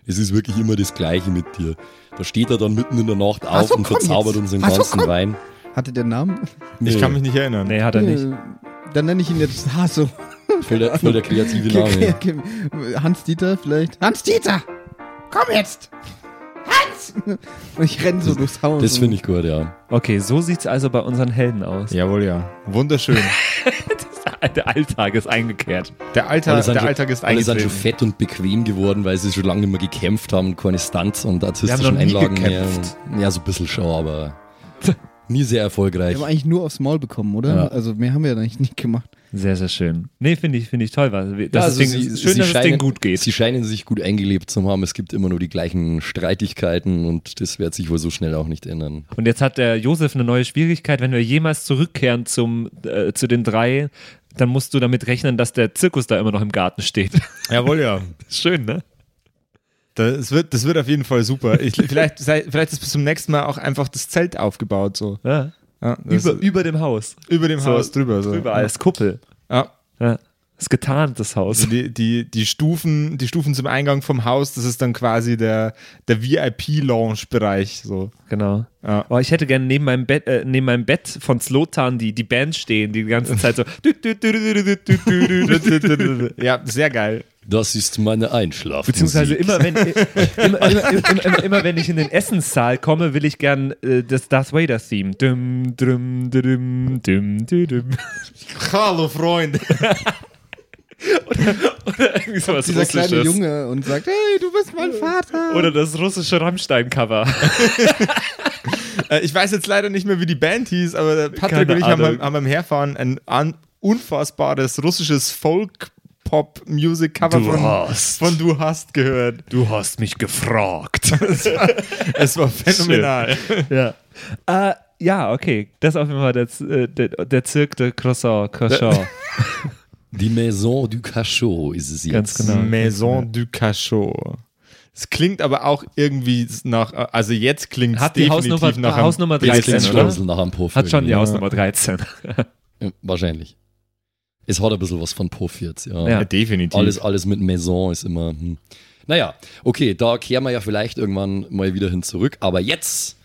Speaker 1: Es ist wirklich immer das Gleiche mit dir. Da steht er dann mitten in der Nacht auf
Speaker 2: so,
Speaker 1: und
Speaker 2: komm
Speaker 1: verzaubert
Speaker 2: jetzt.
Speaker 1: uns den
Speaker 2: Ach so,
Speaker 1: ganzen
Speaker 2: komm.
Speaker 1: Wein.
Speaker 2: Hatte der einen Namen?
Speaker 4: Ich kann mich nicht erinnern.
Speaker 3: Nee, hat er nicht.
Speaker 2: Äh, Dann nenne ich ihn jetzt Hasso.
Speaker 1: voll, der, voll der kreative
Speaker 2: Okay,
Speaker 1: Name.
Speaker 2: okay. Hans-Dieter vielleicht. Hans-Dieter! Komm jetzt! Hans! Und ich renne so durchs Haus.
Speaker 1: Das finde ich gut, ja.
Speaker 3: Okay, so sieht's also bei unseren Helden aus.
Speaker 4: Jawohl, ja. Wunderschön.
Speaker 3: Der Alltag ist eingekehrt.
Speaker 4: Der, Alter,
Speaker 1: Alle sind
Speaker 4: der
Speaker 1: schon-
Speaker 4: Alltag ist
Speaker 1: Alle sind schon
Speaker 4: eingetreten.
Speaker 1: fett und bequem geworden, weil sie schon lange nicht mehr gekämpft haben und keine Stunts und artistischen
Speaker 3: noch nie
Speaker 1: Einlagen mehr.
Speaker 3: gekämpft.
Speaker 1: Und, ja, so ein bisschen schon, aber nie sehr
Speaker 2: Wir
Speaker 1: erfolgreich.
Speaker 2: haben eigentlich nur aufs Maul bekommen, oder?
Speaker 1: Ja.
Speaker 2: Also mehr haben wir ja eigentlich nicht gemacht.
Speaker 3: Sehr, sehr schön. Nee, finde ich, finde ich toll. Weil das
Speaker 1: Ja,
Speaker 3: Ding, also schön, dass es denen gut geht.
Speaker 1: Sie scheinen sich gut eingelebt zu haben. Es gibt immer nur die gleichen Streitigkeiten und das wird sich wohl so schnell auch nicht ändern.
Speaker 3: Und jetzt hat der Josef eine neue Schwierigkeit. Wenn wir jemals zurückkehren zum, äh, zu den drei, dann musst du damit rechnen, dass der Zirkus da immer noch im Garten steht.
Speaker 4: Jawohl, ja.
Speaker 3: Schön, ne?
Speaker 4: Das wird, das wird auf jeden Fall super. Ich, vielleicht, sei- vielleicht ist bis zum nächsten Mal auch einfach das Zelt aufgebaut. So.
Speaker 3: Ja.
Speaker 4: Ja, das-
Speaker 3: Über, über dem Haus.
Speaker 4: über dem
Speaker 3: so,
Speaker 4: Haus drüber. So.
Speaker 3: Überall als Kuppel.
Speaker 4: Ja.
Speaker 3: Ja. Ist getarnt, das
Speaker 4: Also
Speaker 3: Haus.
Speaker 4: die, die, die, Stufen, die Stufen zum Eingang vom Haus, das ist dann quasi der, der VIP-Lounge-Bereich. So.
Speaker 3: Genau.
Speaker 4: Ja.
Speaker 3: Oh, ich hätte gerne neben meinem Bett, äh, neben meinem Bett von Slotan die, die Band stehen, die die ganze Zeit so.
Speaker 4: ja, sehr geil.
Speaker 1: Das ist meine Einschlafmusik.
Speaker 3: Beziehungsweise immer wenn, äh, immer, immer, immer, immer, immer wenn ich in den Essenssaal komme, will ich gern äh, das Darth Vader-Theme. Düm, düm, düm, düm, düm, düm.
Speaker 4: Hallo, Freunde.
Speaker 3: Oder irgendwie sowas
Speaker 2: Dieser kleine
Speaker 3: Russisches.
Speaker 2: Junge und sagt, hey, du bist mein Vater.
Speaker 3: Oder das russische Rammstein-Cover.
Speaker 4: Äh, ich weiß jetzt leider nicht mehr, wie die Band hieß, aber der Patrick
Speaker 3: Keine
Speaker 4: und ich haben
Speaker 3: Ahnung.
Speaker 4: beim, haben beim Herfahren ein an, unfassbares russisches Folk-Pop-Music-Cover von,
Speaker 3: hast,
Speaker 4: von Du hast gehört.
Speaker 3: du hast mich gefragt.
Speaker 4: Es war phänomenal.
Speaker 3: ja. Äh, ja, okay. Das ist auf jeden Fall der, Z- äh, der, der Zirk de Croissant. Croissant.
Speaker 1: Die Maison du Cachot ist es jetzt.
Speaker 3: Ganz genau.
Speaker 4: Maison du Cachot. Es klingt aber auch irgendwie nach, also jetzt klingt es
Speaker 3: Hat die
Speaker 4: definitiv
Speaker 3: Hausnummer-
Speaker 4: nach einem-
Speaker 3: Hausnummer
Speaker 1: Jetzt
Speaker 3: 13,
Speaker 1: klingt schon
Speaker 3: oder?
Speaker 1: ein bisschen nach einem Puff.
Speaker 3: Hat schon die
Speaker 1: irgendwie.
Speaker 3: Hausnummer 13.
Speaker 1: Ja, Wahrscheinlich. Es hat ein bisschen was von Puff jetzt, ja.
Speaker 3: Ja.
Speaker 4: Ja, definitiv.
Speaker 1: Alles, alles mit Maison ist immer. Hm. Naja, okay, da kehren wir ja vielleicht irgendwann mal wieder hin zurück. Aber jetzt,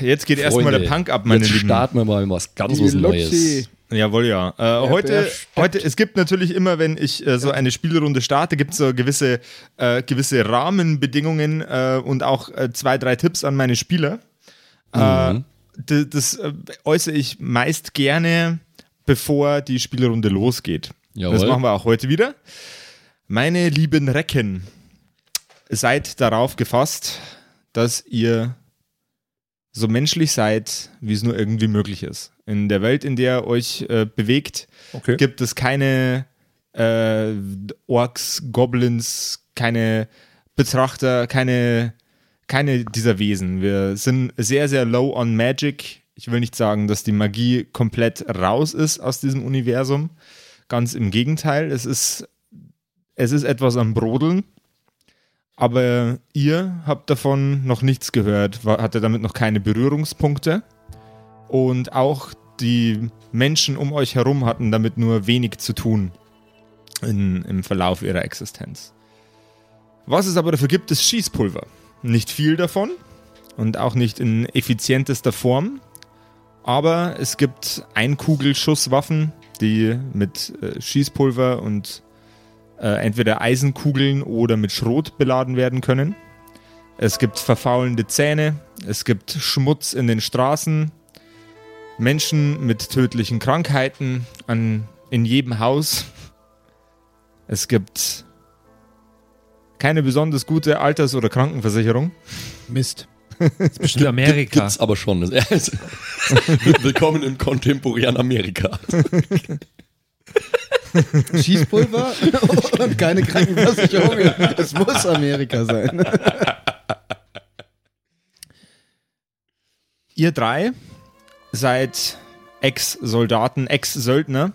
Speaker 4: Jetzt geht erstmal
Speaker 1: Freunde,
Speaker 4: der Punk ab, meine
Speaker 1: jetzt
Speaker 4: Lieben.
Speaker 1: starten wir mal was ganz
Speaker 2: Die
Speaker 1: was
Speaker 2: Lutschi.
Speaker 1: Neues.
Speaker 4: Jawohl, ja. Äh, heute, heute, es gibt natürlich immer, wenn ich äh, so eine Spielrunde starte, gibt es so gewisse, äh, gewisse Rahmenbedingungen äh, und auch äh, zwei, drei Tipps an meine Spieler. Äh, d- das äh, äußere ich meist gerne, bevor die Spielrunde losgeht.
Speaker 1: Jawohl.
Speaker 4: Das machen wir auch heute wieder. Meine lieben Recken, seid darauf gefasst, dass ihr so menschlich seid, wie es nur irgendwie möglich ist. In der Welt, in der ihr euch äh, bewegt,
Speaker 3: Okay.
Speaker 4: gibt es keine äh, Orks, Goblins, keine Betrachter, keine, keine dieser Wesen. Wir sind sehr, sehr low on Magic. Ich will nicht sagen, dass die Magie komplett raus ist aus diesem Universum. Ganz im Gegenteil, es ist, es ist etwas am Brodeln. Aber ihr habt davon noch nichts gehört, wa- hatte damit noch keine Berührungspunkte. Und auch die Menschen um euch herum hatten damit nur wenig zu tun in, im Verlauf ihrer Existenz. Was es aber dafür gibt, ist Schießpulver. Nicht viel davon und auch nicht in effizientester Form. Aber es gibt Einkugelschusswaffen, die mit äh, Schießpulver und äh, entweder Eisenkugeln oder mit Schrot beladen werden können. Es gibt verfaulende Zähne, es gibt Schmutz in den Straßen, Menschen mit tödlichen Krankheiten an, in jedem Haus. Es gibt keine besonders gute Alters- oder Krankenversicherung.
Speaker 2: Mist.
Speaker 3: Bestimmt Amerika.
Speaker 1: Gibt's aber schon. Also, Willkommen im kontemporären Amerika.
Speaker 2: Schießpulver und keine Krankenversicherung. Es muss Amerika sein.
Speaker 4: Ihr drei seid Ex-Soldaten, Ex-Söldner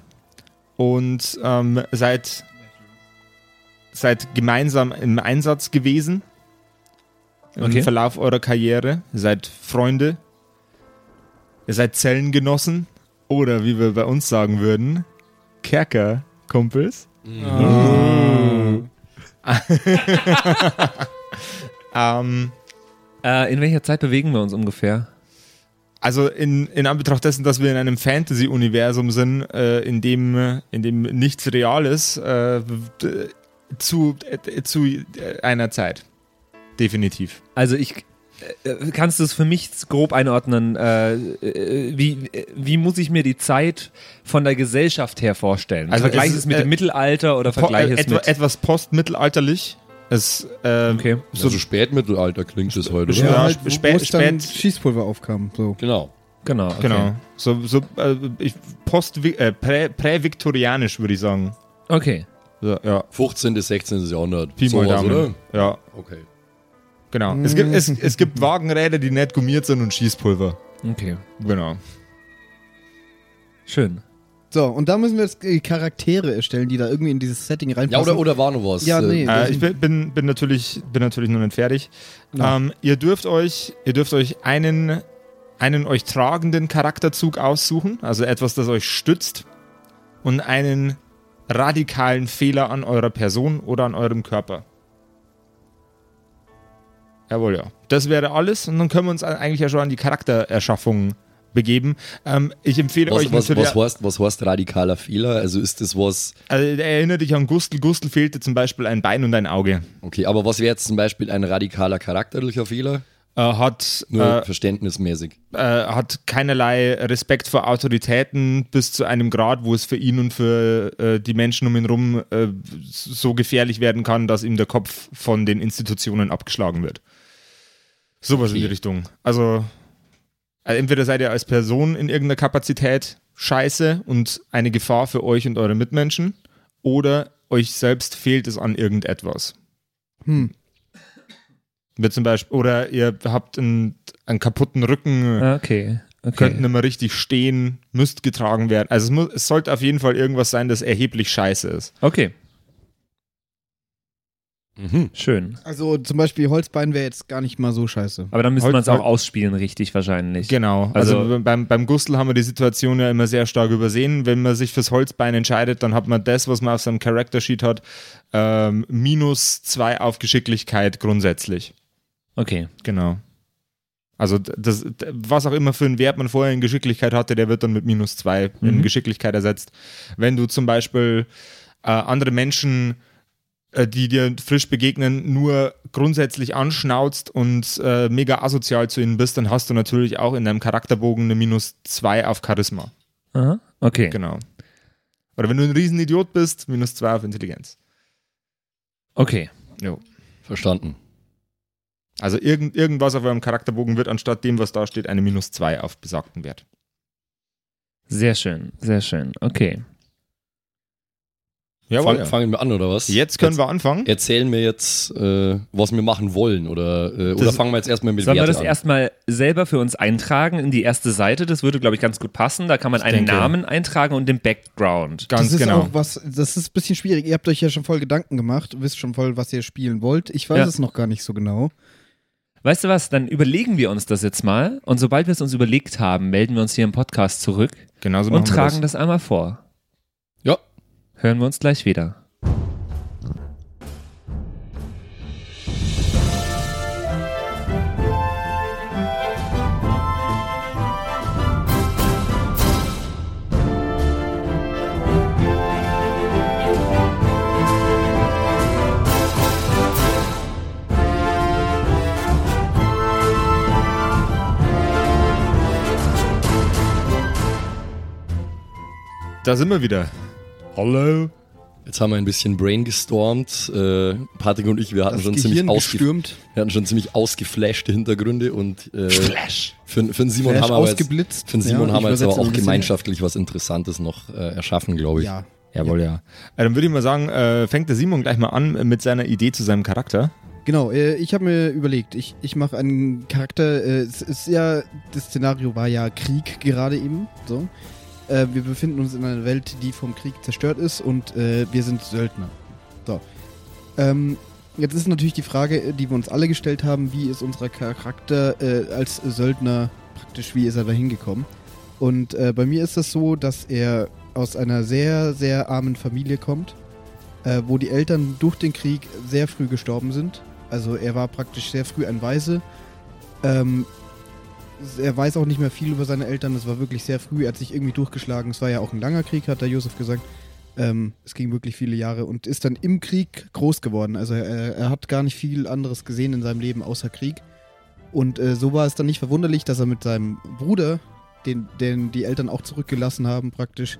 Speaker 4: und ähm, seid, seid gemeinsam im Einsatz gewesen im
Speaker 3: Okay.
Speaker 4: Verlauf eurer Karriere. Ihr seid Freunde, ihr seid Zellengenossen oder wie wir bei uns sagen würden, Kerkerkumpels. ähm,
Speaker 3: Äh, in welcher Zeit bewegen wir uns ungefähr?
Speaker 4: Also in, in Anbetracht dessen, dass wir in einem Fantasy-Universum sind, äh, in, dem, äh, in dem nichts real ist, äh, d- zu, äh, zu äh, einer Zeit. Definitiv.
Speaker 3: Also ich äh, kannst du es für mich grob einordnen, äh, äh, wie, äh, wie muss ich mir die Zeit von der Gesellschaft her vorstellen?
Speaker 4: Also
Speaker 3: vergleich
Speaker 4: es
Speaker 3: es,
Speaker 4: ist,
Speaker 3: mit
Speaker 4: äh,
Speaker 3: dem Mittelalter oder vergleich
Speaker 4: Po- äh,
Speaker 3: es
Speaker 4: etwa,
Speaker 3: mit
Speaker 4: etwas postmittelalterlich. Es, äh,
Speaker 3: Okay.
Speaker 1: So
Speaker 4: so,
Speaker 1: also Spätmittelalter klingt es heute, oder?
Speaker 4: Ja, sp- spät-
Speaker 2: halt, wo es dann
Speaker 4: spät-
Speaker 2: Schießpulver aufkam. So.
Speaker 1: Genau.
Speaker 3: genau, okay.
Speaker 4: Genau. So, so äh, ich- post äh, prä- präviktorianisch würde ich sagen.
Speaker 3: Okay.
Speaker 4: So, ja.
Speaker 1: 15. bis 16. Jahrhundert.
Speaker 4: Pi mal
Speaker 1: Sowas,
Speaker 4: Daumen.
Speaker 1: oder?
Speaker 4: Ja,
Speaker 1: Okay.
Speaker 4: genau. Es gibt, es, es gibt Wagenräder, die nicht gummiert sind und Schießpulver.
Speaker 3: Okay.
Speaker 4: Genau.
Speaker 3: Schön.
Speaker 2: so, und da müssen wir jetzt äh, Charaktere erstellen, die da irgendwie in dieses Setting
Speaker 1: Ja,
Speaker 2: reinpassen.
Speaker 1: oder, oder war noch was?
Speaker 2: Ja, nee.
Speaker 1: Äh,
Speaker 4: Äh, ich bin, bin, bin, natürlich, bin natürlich noch nicht fertig.
Speaker 2: Na.
Speaker 4: Ähm, ihr dürft euch, ihr dürft euch einen, einen euch tragenden Charakterzug aussuchen, also etwas, das euch stützt, und einen radikalen Fehler an eurer Person oder an eurem Körper. Jawohl, ja. Das wäre alles und dann können wir uns eigentlich ja schon an die Charaktererschaffung begeben. Ähm, ich empfehle euch
Speaker 1: was, was,
Speaker 4: natürlich.
Speaker 1: was, heißt, was heißt radikaler Fehler? Also ist das was.
Speaker 4: also, erinnere dich an Gustl. Gustl fehlte zum Beispiel ein Bein und ein Auge.
Speaker 1: Okay, aber was wäre jetzt zum Beispiel ein radikaler charakterlicher Fehler?
Speaker 4: Äh, hat
Speaker 1: Nur
Speaker 4: äh,
Speaker 1: verständnismäßig.
Speaker 4: äh, hat keinerlei Respekt vor Autoritäten bis zu einem Grad, wo es für ihn und für äh, die Menschen um ihn herum äh, so gefährlich werden kann, dass ihm der Kopf von den Institutionen abgeschlagen wird. Sowas in die
Speaker 1: Okay.
Speaker 4: Richtung. Also, äh, entweder seid ihr als Person in irgendeiner Kapazität scheiße und eine Gefahr für euch und eure Mitmenschen, oder euch selbst fehlt es an irgendetwas.
Speaker 2: Hm.
Speaker 4: Wie zum Beispiel, oder ihr habt einen, einen kaputten Rücken,
Speaker 3: Ah, Okay. okay.
Speaker 4: könnten immer richtig stehen, müsst getragen werden. Also es, muss, es sollte auf jeden Fall irgendwas sein, das erheblich scheiße ist.
Speaker 3: okay.
Speaker 1: Mhm.
Speaker 3: Schön.
Speaker 2: Also zum Beispiel Holzbein wäre jetzt gar nicht mal so scheiße.
Speaker 3: Aber dann müsste
Speaker 4: Heute-
Speaker 3: man es auch
Speaker 4: heute-
Speaker 3: ausspielen, richtig wahrscheinlich.
Speaker 4: Genau. Also,
Speaker 3: Also-
Speaker 4: beim, beim Gustl haben wir die Situation ja immer sehr stark übersehen. Wenn man sich fürs Holzbein entscheidet, dann hat man das, was man auf seinem Character Sheet hat, ähm, minus zwei auf Geschicklichkeit grundsätzlich.
Speaker 3: Okay.
Speaker 4: Genau. Also d- das, d- was auch immer für einen Wert man vorher in Geschicklichkeit hatte, der wird dann mit minus zwei in
Speaker 3: Mhm.
Speaker 4: Geschicklichkeit ersetzt. Wenn du zum Beispiel äh, andere Menschen, äh, die dir frisch begegnen, nur grundsätzlich anschnauzt und äh, mega asozial zu ihnen bist, dann hast du natürlich auch in deinem Charakterbogen eine minus zwei auf Charisma.
Speaker 3: Aha. Okay.
Speaker 4: Genau. Oder wenn du ein Riesenidiot bist, minus zwei auf Intelligenz.
Speaker 3: Okay.
Speaker 1: Verstanden.
Speaker 4: Also irgend, irgendwas auf eurem Charakterbogen wird anstatt dem, was da steht, eine minus zwei auf besagten Wert.
Speaker 3: Sehr schön. Sehr schön. Okay.
Speaker 1: Fang,
Speaker 4: ja.
Speaker 1: Fangen wir an, oder was?
Speaker 4: Jetzt können wir anfangen.
Speaker 1: Erzählen wir jetzt, äh, was wir machen wollen. Oder, äh, oder
Speaker 4: Das-
Speaker 1: fangen wir jetzt erstmal mit
Speaker 3: Sollen wir
Speaker 1: Werte
Speaker 3: das
Speaker 1: an?
Speaker 3: erstmal selber für uns eintragen in die erste Seite? Das würde, glaube ich, ganz gut passen. Da kann man einen
Speaker 4: denke-
Speaker 3: Namen eintragen und den Background.
Speaker 4: Ganz
Speaker 2: das ist
Speaker 4: genau.
Speaker 2: auch was, das ist ein bisschen schwierig. Ihr habt euch ja schon voll Gedanken gemacht, wisst schon voll, was ihr spielen wollt. Ich weiß
Speaker 3: Ja.
Speaker 2: es noch gar nicht so genau.
Speaker 3: Weißt du was? Dann überlegen wir uns das jetzt mal. Und sobald wir es uns überlegt haben, melden wir uns hier im Podcast zurück
Speaker 4: Genauso
Speaker 3: und
Speaker 4: Genau machen wir
Speaker 3: tragen Also das. einmal vor.
Speaker 1: Ja.
Speaker 3: Hören wir uns gleich wieder.
Speaker 4: Da sind wir wieder. Äh,
Speaker 3: Hallo.
Speaker 1: Jetzt haben wir ein bisschen Brain gestormt. Äh, Patrick und ich, wir hatten,
Speaker 2: Das
Speaker 1: schon ziemlich,
Speaker 2: Gehirn
Speaker 1: ausge
Speaker 2: gestürmt,
Speaker 1: wir hatten schon ziemlich ausgeflashte Hintergründe und äh,
Speaker 3: Flash.
Speaker 1: für, für den Simon
Speaker 2: Flash
Speaker 1: haben wir jetzt,
Speaker 2: ausgeblitzt.
Speaker 1: für den Simon
Speaker 2: Ja,
Speaker 1: haben wir
Speaker 2: ich
Speaker 1: jetzt aber
Speaker 2: übersetze
Speaker 1: auch
Speaker 2: ein bisschen.
Speaker 1: gemeinschaftlich was Interessantes noch äh, erschaffen, glaube ich.
Speaker 2: Ja.
Speaker 4: Jawohl, ja. Äh, dann würde ich mal sagen, äh, fängt der Simon gleich mal an mit seiner Idee zu seinem Charakter.
Speaker 2: Genau, äh, ich habe mir überlegt, ich, ich mache einen Charakter, äh, es ist ja, das Szenario war ja Krieg gerade eben, so. Äh, wir befinden uns in einer Welt, die vom Krieg zerstört ist und äh, wir sind Söldner. So. Ähm, jetzt ist natürlich die Frage, äh, die wir uns alle gestellt haben, wie ist unser Charakter äh, als Söldner praktisch, wie ist er da hingekommen? Und äh, bei mir ist das so, dass er aus einer sehr, sehr armen Familie kommt äh, wo die Eltern durch den Krieg sehr früh gestorben sind. Also er war praktisch sehr früh ein Waise. Ähm, er weiß auch nicht mehr viel über seine Eltern. Es war wirklich sehr früh. Er hat sich irgendwie durchgeschlagen. Es war ja auch ein langer Krieg, hat der Josef gesagt. Ähm, es ging wirklich viele Jahre und ist dann im Krieg groß geworden. Also er, er hat gar nicht viel anderes gesehen in seinem Leben außer Krieg. Und äh, so war es dann nicht verwunderlich, dass er mit seinem Bruder, den, den die Eltern auch zurückgelassen haben praktisch,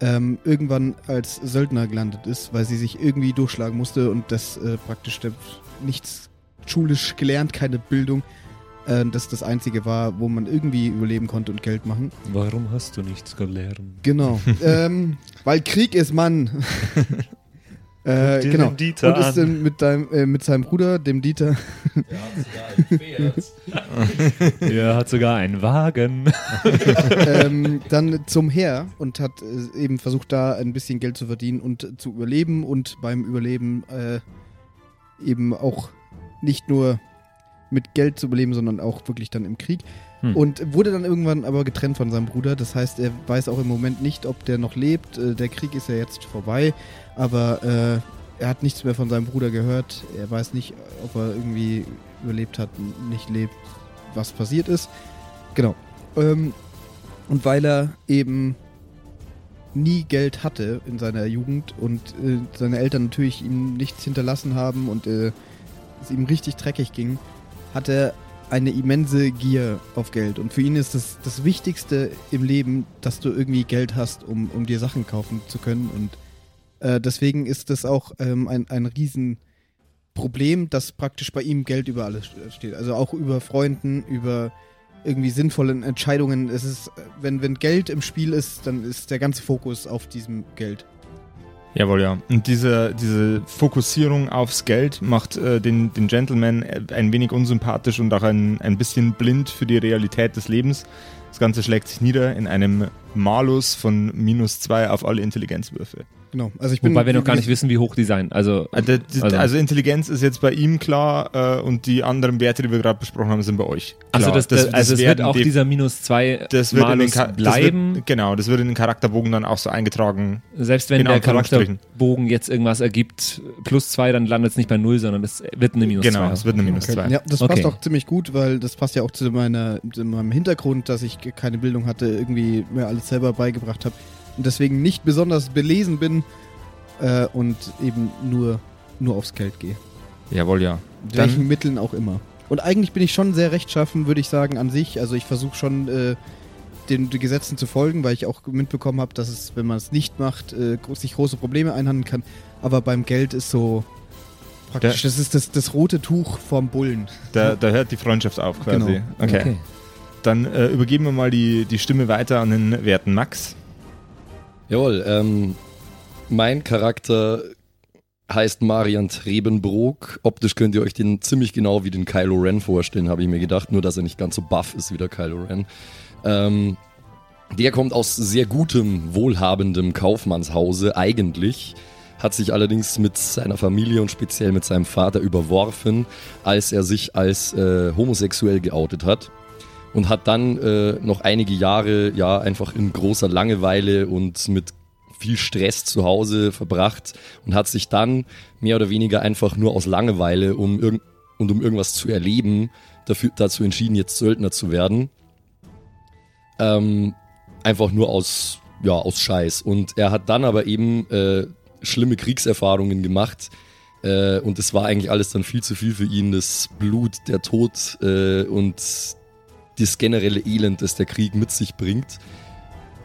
Speaker 2: ähm, irgendwann als Söldner gelandet ist, weil sie sich irgendwie durchschlagen musste und das äh, praktisch der- nichts schulisch gelernt, keine Bildung, äh, das das Einzige war, wo man irgendwie überleben konnte und Geld machen.
Speaker 3: Warum hast du nichts gelernt?
Speaker 2: Genau. ähm, weil Krieg ist Mann. äh,
Speaker 3: Dir
Speaker 2: genau.
Speaker 3: den Dieter
Speaker 2: und ist
Speaker 3: an.
Speaker 2: dann mit, deinem, äh, mit seinem Bruder, dem Dieter,
Speaker 3: er hat sogar einen Wagen.
Speaker 2: ähm, dann zum Heer und hat äh, eben versucht, da ein bisschen Geld zu verdienen und äh, zu überleben und beim Überleben äh, eben auch nicht nur mit Geld zu überleben, sondern auch wirklich dann im Krieg.
Speaker 3: Hm.
Speaker 2: Und wurde dann irgendwann aber getrennt von seinem Bruder. Das heißt, er weiß auch im Moment nicht, ob der noch lebt. Äh, Der Krieg ist ja jetzt vorbei, aber äh, er hat nichts mehr von seinem Bruder gehört. Er weiß nicht, ob er irgendwie überlebt hat, n- nicht lebt, was passiert ist. Genau. Ähm, und weil er eben nie Geld hatte in seiner Jugend und äh, seine Eltern natürlich ihm nichts hinterlassen haben und äh, es ihm richtig dreckig ging, hat er eine immense Gier auf Geld. Und für ihn ist das, das Wichtigste im Leben, dass du irgendwie Geld hast, um, um dir Sachen kaufen zu können. Und äh, deswegen ist das auch ähm, ein, ein Riesenproblem, dass praktisch bei ihm Geld über alles steht. Also auch über Freunden, über irgendwie sinnvollen Entscheidungen. Es ist, äh, wenn, wenn Geld im Spiel ist, dann ist der ganze Fokus auf diesem Geld.
Speaker 4: Jawohl, ja. Und diese, diese Fokussierung aufs Geld macht äh, den, den Gentleman äh, ein wenig unsympathisch und auch ein, ein bisschen blind für die Realität des Lebens. Das Ganze schlägt sich nieder in einem Malus von minus zwei auf alle Intelligenzwürfe.
Speaker 2: Genau. Also ich bin,
Speaker 3: Wobei wir noch gar nicht wissen,
Speaker 2: wissen.
Speaker 3: wie hoch die sein. Also,
Speaker 4: Also, das-
Speaker 3: Also-
Speaker 4: also Intelligenz ist jetzt bei ihm klar äh, und die anderen Werte, die wir gerade besprochen haben, sind bei euch. Klar.
Speaker 3: also, das, das, also es wird
Speaker 4: werden
Speaker 3: auch
Speaker 4: die-
Speaker 3: dieser minus zwei
Speaker 4: das wird in den
Speaker 3: Malus
Speaker 4: Ka- Das
Speaker 3: bleiben,
Speaker 4: wird, genau, das wird in den Charakterbogen dann auch so eingetragen.
Speaker 3: selbst wenn
Speaker 4: in
Speaker 3: der
Speaker 4: Anführungsstrichen.
Speaker 3: Charakterbogen jetzt irgendwas ergibt, plus zwei, dann landet es nicht bei null, sondern es wird eine minus
Speaker 4: genau,
Speaker 3: zwei.
Speaker 4: es wird eine minus zwei.
Speaker 2: Ja, das
Speaker 3: Okay.
Speaker 2: passt auch ziemlich gut, weil das passt ja auch zu, meiner, zu meinem Hintergrund, dass ich ge- keine Bildung hatte, irgendwie mir alles selber beigebracht habe und deswegen nicht besonders belesen bin äh, und eben nur, nur aufs Geld gehe.
Speaker 4: Jawohl, ja.
Speaker 2: Mit
Speaker 4: Dann-
Speaker 2: welchen Mitteln auch immer. Und eigentlich bin ich schon sehr rechtschaffen, würde ich sagen, an sich. Also ich versuche schon äh, den, den Gesetzen zu folgen, weil ich auch mitbekommen habe, dass es, wenn man es nicht macht, äh, gro- sich große Probleme einhandeln kann. Aber beim Geld ist so praktisch, das ist das, das rote Tuch vom Bullen.
Speaker 4: Da, da hört die Freundschaft auf quasi.
Speaker 2: Genau.
Speaker 4: Okay. Dann äh, übergeben wir mal die, die Stimme weiter an den werten Max.
Speaker 1: Jawohl, ähm, mein Charakter heißt Marian Trebenbrook. Optisch könnt ihr euch den ziemlich genau wie den Kylo Ren vorstellen, habe ich mir gedacht. Nur, dass er nicht ganz so buff ist wie der Kylo Ren. Ähm, der kommt aus sehr gutem, wohlhabendem Kaufmannshause eigentlich, hat sich allerdings mit seiner Familie und speziell mit seinem Vater überworfen, als er sich als äh, homosexuell geoutet hat und hat dann äh, noch einige Jahre ja einfach in großer Langeweile und mit viel Stress zu Hause verbracht und hat sich dann mehr oder weniger einfach nur aus Langeweile um irgend und um irgendwas zu erleben dafür dazu entschieden jetzt Söldner zu werden ähm, einfach nur aus ja aus Scheiß und er hat dann aber eben äh, schlimme Kriegserfahrungen gemacht äh, und es war eigentlich alles dann viel zu viel für ihn das Blut der Tod äh, und das generelle Elend, das der Krieg mit sich bringt.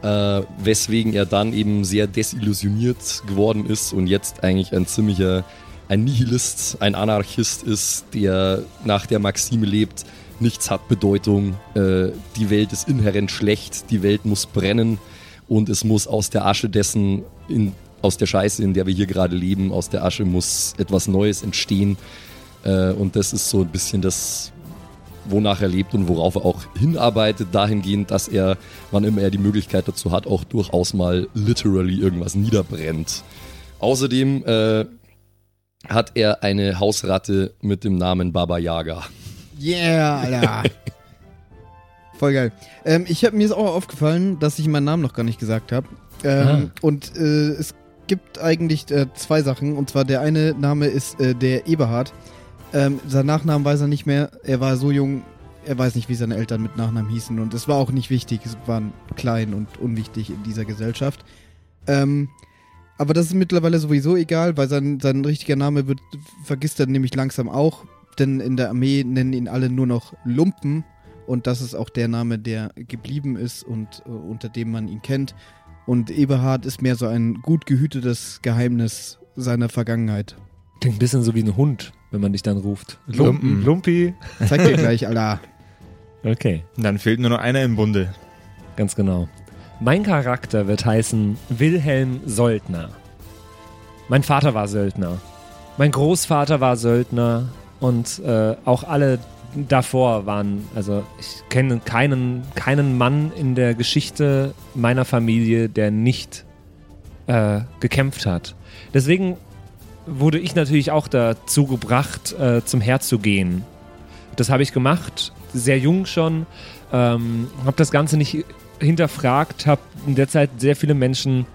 Speaker 1: äh, weswegen er dann eben sehr desillusioniert geworden ist und jetzt eigentlich ein ziemlicher ein Nihilist, ein Anarchist ist, der nach der Maxime lebt, nichts hat Bedeutung, äh, die Welt ist inhärent schlecht, die Welt muss brennen und es muss aus der Asche dessen, in, aus der Scheiße, in der wir hier gerade leben, aus der Asche muss etwas Neues entstehen. Äh, und das ist so ein bisschen das, wonach er lebt und worauf er auch hinarbeitet, dahingehend, dass er, wann immer er die Möglichkeit dazu hat, auch durchaus mal literally irgendwas niederbrennt. Außerdem äh, hat er eine Hausratte mit dem Namen Baba Yaga.
Speaker 2: Yeah, Alter. Voll geil. Ähm, ich hab, mir ist auch aufgefallen, dass ich meinen Namen noch gar nicht gesagt habe. Ähm, Und äh, es gibt eigentlich äh, zwei Sachen. Und zwar der eine Name ist äh, der Eberhard. Ähm, sein Nachnamen weiß er nicht mehr. Er war so jung, er weiß nicht, wie seine Eltern mit Nachnamen hießen. Und es war auch nicht wichtig. Es waren klein und unwichtig in dieser Gesellschaft. Ähm, aber das ist mittlerweile sowieso egal, weil sein, sein richtiger Name wird, vergisst er nämlich langsam auch. Denn in der Armee nennen ihn alle nur noch Lumpen. Und das ist auch der Name, der geblieben ist und äh, unter dem man ihn kennt. Und Eberhard ist mehr so ein gut gehütetes Geheimnis seiner Vergangenheit.
Speaker 3: Klingt ein bisschen so wie ein Hund, wenn man dich dann ruft.
Speaker 4: Lumpen.
Speaker 3: Lumpi.
Speaker 2: Zeig dir gleich, Allah.
Speaker 3: Okay,
Speaker 4: Dann fehlt nur noch einer im Bunde.
Speaker 3: ganz genau. Mein Charakter wird heißen Wilhelm Söldner. Mein Vater war Söldner. Mein Großvater war Söldner und äh, auch alle davor waren, also ich kenne keinen, keinen Mann in der Geschichte meiner Familie, der nicht äh, gekämpft hat. Deswegen wurde ich natürlich auch dazu gebracht, äh, zum Heer zu gehen. Das habe ich gemacht, sehr jung schon, ähm, habe das Ganze nicht hinterfragt, habe in der Zeit sehr viele Menschen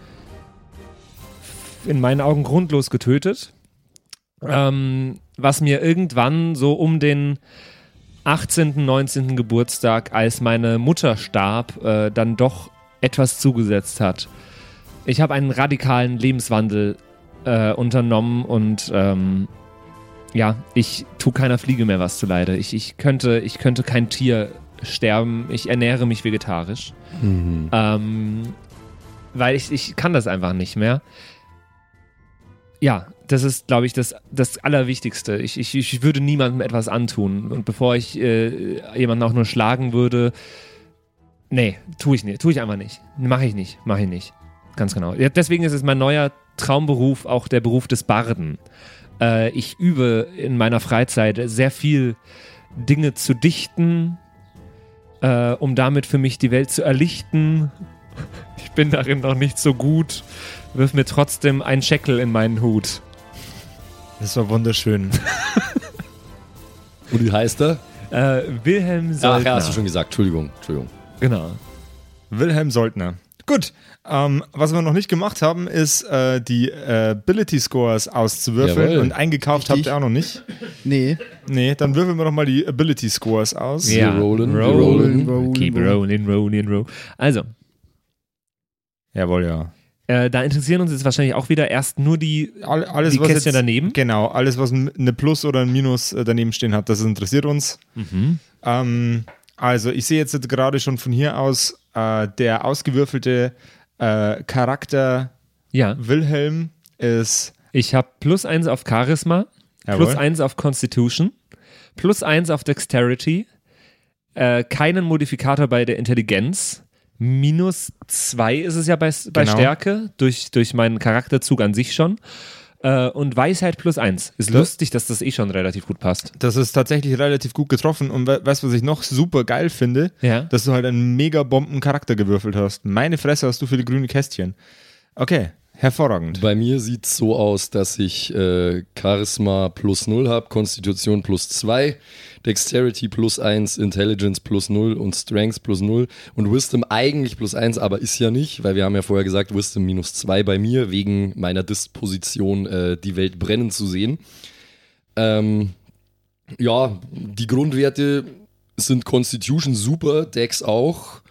Speaker 3: in meinen Augen grundlos getötet. Ähm, was mir irgendwann so um den 18., 19. Geburtstag, als meine Mutter starb, äh, dann doch etwas zugesetzt hat. Ich habe einen radikalen Lebenswandel äh, unternommen und ähm, ja, ich tue keiner Fliege mehr was zu leide. Ich, ich, könnte, ich könnte kein Tier sterben. Ich ernähre mich vegetarisch. Ähm, weil ich, ich kann das einfach nicht mehr. Ja, das ist, glaube ich, das, das Allerwichtigste. Ich, ich, ich würde niemandem etwas antun. Und bevor ich äh, jemanden auch nur schlagen würde, nee, tue ich nicht. Tue ich einfach nicht. Mache ich nicht. Mache ich nicht. Ganz genau. Ja, deswegen ist es mein neuer Traumberuf auch der Beruf des Barden. Äh, ich übe in meiner Freizeit sehr viel Dinge zu dichten, äh, um damit für mich die Welt zu erlichten. Ich bin darin noch nicht so gut, wirf mir trotzdem einen Scheckel in meinen Hut.
Speaker 4: Das war wunderschön.
Speaker 1: Und wie heißt er?
Speaker 3: Äh, Wilhelm
Speaker 1: Ach
Speaker 3: Söldner.
Speaker 1: ja, hast du schon gesagt. Entschuldigung, Entschuldigung.
Speaker 3: Genau.
Speaker 4: Wilhelm Soldner. Gut, ähm, was wir noch nicht gemacht haben, ist äh, die äh, Ability Scores auszuwürfeln
Speaker 1: Jawohl.
Speaker 4: und eingekauft habt
Speaker 2: Richtig.
Speaker 4: ihr auch noch nicht.
Speaker 2: Nee.
Speaker 4: Nee, dann würfeln wir doch mal die Ability Scores aus.
Speaker 1: Ja. rollen, wir
Speaker 3: rollen,
Speaker 2: rollen.
Speaker 3: Keep rolling, rolling, roll. Also,
Speaker 4: Jawohl, ja.
Speaker 3: äh, da interessieren uns jetzt wahrscheinlich auch wieder erst nur die,
Speaker 4: All, alles,
Speaker 3: die
Speaker 4: was
Speaker 3: Kästchen
Speaker 4: jetzt,
Speaker 3: daneben.
Speaker 4: Genau, alles, was ein- eine Plus oder ein Minus äh, daneben stehen hat, das interessiert uns.
Speaker 3: Mhm.
Speaker 4: Ähm, also, ich sehe jetzt gerade schon von hier aus, äh, der ausgewürfelte äh, Charakter
Speaker 3: Ja,
Speaker 4: Wilhelm ist.
Speaker 3: ich habe plus eins auf Charisma, plus eins auf Constitution, plus eins auf Dexterity, äh, keinen Modifikator bei der Intelligenz, minus zwei ist es ja bei, bei
Speaker 4: Genau.
Speaker 3: Stärke, durch, durch meinen Charakterzug an sich schon. Äh, und Weisheit plus eins. Ist lustig, dass das eh schon relativ gut passt.
Speaker 4: Das ist tatsächlich relativ gut getroffen und we weißt du, was ich noch super geil finde?
Speaker 3: Ja.
Speaker 4: Dass du halt einen mega Bomben-Charakter gewürfelt hast. Meine Fresse hast du viele grüne Kästchen. Okay, hervorragend.
Speaker 1: Bei mir sieht es so aus, dass ich äh, Charisma plus 0 habe, Konstitution plus 2, Dexterity plus 1, Intelligence plus 0 und Strength plus 0 und Wisdom eigentlich plus 1, aber ist ja nicht, weil wir haben ja vorher gesagt, Wisdom minus 2 bei mir, wegen meiner Disposition, äh, die Welt brennen zu sehen. Ähm, ja, die Grundwerte sind Constitution super, Dex auch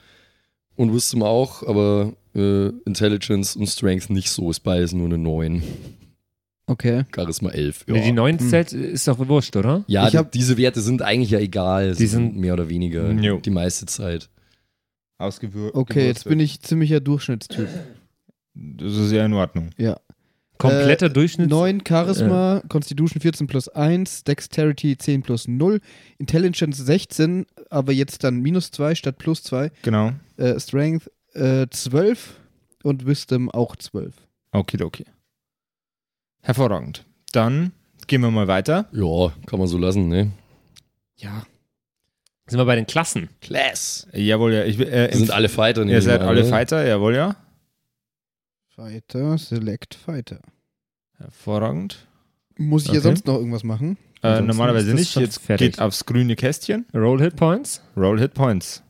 Speaker 1: und Wisdom auch, aber äh, Intelligence und Strength nicht so. Ist beides nur eine 9.
Speaker 2: Okay.
Speaker 1: Charisma 11.
Speaker 3: Nee, Die
Speaker 1: Ja,
Speaker 3: neun Zelt ist doch wurscht, oder?
Speaker 1: ja
Speaker 2: Ich hab-
Speaker 1: diese Werte sind eigentlich ja egal.
Speaker 3: Die
Speaker 1: Sie
Speaker 3: sind-
Speaker 1: mehr oder weniger
Speaker 4: Jo.
Speaker 1: die meiste Zeit.
Speaker 4: ausgewürzt.
Speaker 2: Okay, jetzt bin ich ziemlicher Durchschnittstyp.
Speaker 4: Das ist ja in Ordnung.
Speaker 2: Ja.
Speaker 3: Kompletter
Speaker 2: Äh,
Speaker 3: Durchschnitt.
Speaker 2: 9 Charisma, Constitution 14 plus 1, Dexterity 10 plus 0, Intelligence 16, aber jetzt dann minus 2 statt plus 2,
Speaker 4: Genau.
Speaker 2: äh, Strength äh, 12 und Wisdom auch 12.
Speaker 4: Okay, okay. Hervorragend. Dann gehen wir mal weiter.
Speaker 1: Ja, kann man so lassen, ne?
Speaker 2: Ja.
Speaker 3: Sind wir bei den Klassen?
Speaker 1: Class.
Speaker 4: Jawohl, ja. Ich, will- äh,
Speaker 1: Sind alle Fighter, nehme
Speaker 4: ihr
Speaker 1: ich
Speaker 4: seid
Speaker 1: mal an,
Speaker 4: alle
Speaker 1: ne?
Speaker 4: Fighter, jawohl, ja.
Speaker 2: Fighter, Select Fighter.
Speaker 4: Hervorragend.
Speaker 2: Muss ich ja
Speaker 3: Okay.
Speaker 2: sonst noch irgendwas machen?
Speaker 4: Äh,
Speaker 3: Ansonsten
Speaker 4: normalerweise
Speaker 3: ist das
Speaker 4: nicht.
Speaker 3: schon
Speaker 4: Jetzt
Speaker 3: fertig.
Speaker 4: geht aufs grüne Kästchen.
Speaker 3: Roll Hit Points?
Speaker 4: Roll Hit Points.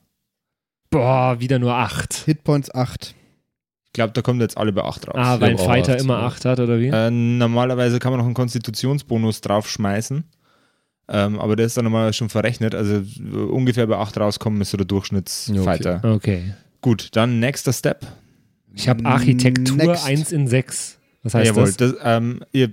Speaker 3: Boah, wieder nur 8.
Speaker 2: Hitpoints 8.
Speaker 4: Ich glaube, da kommen jetzt alle bei 8 raus.
Speaker 3: Ah,
Speaker 1: Ich
Speaker 3: weil ein
Speaker 1: hab auch
Speaker 3: Fighter
Speaker 1: acht,
Speaker 3: immer
Speaker 1: ja.
Speaker 3: 8 hat, oder wie?
Speaker 4: Äh, normalerweise kann man noch einen Konstitutionsbonus draufschmeißen. Ähm, aber der ist dann normalerweise schon verrechnet. Also äh, ungefähr bei 8 rauskommen ist so der
Speaker 1: Ja, okay.
Speaker 4: Durchschnittsfighter.
Speaker 3: Okay.
Speaker 4: Gut, dann nächster Step.
Speaker 3: Ich habe Architektur
Speaker 2: Next.
Speaker 3: 1 in 6. Was heißt
Speaker 4: Jawohl,
Speaker 3: das?
Speaker 4: das, ähm, ihr,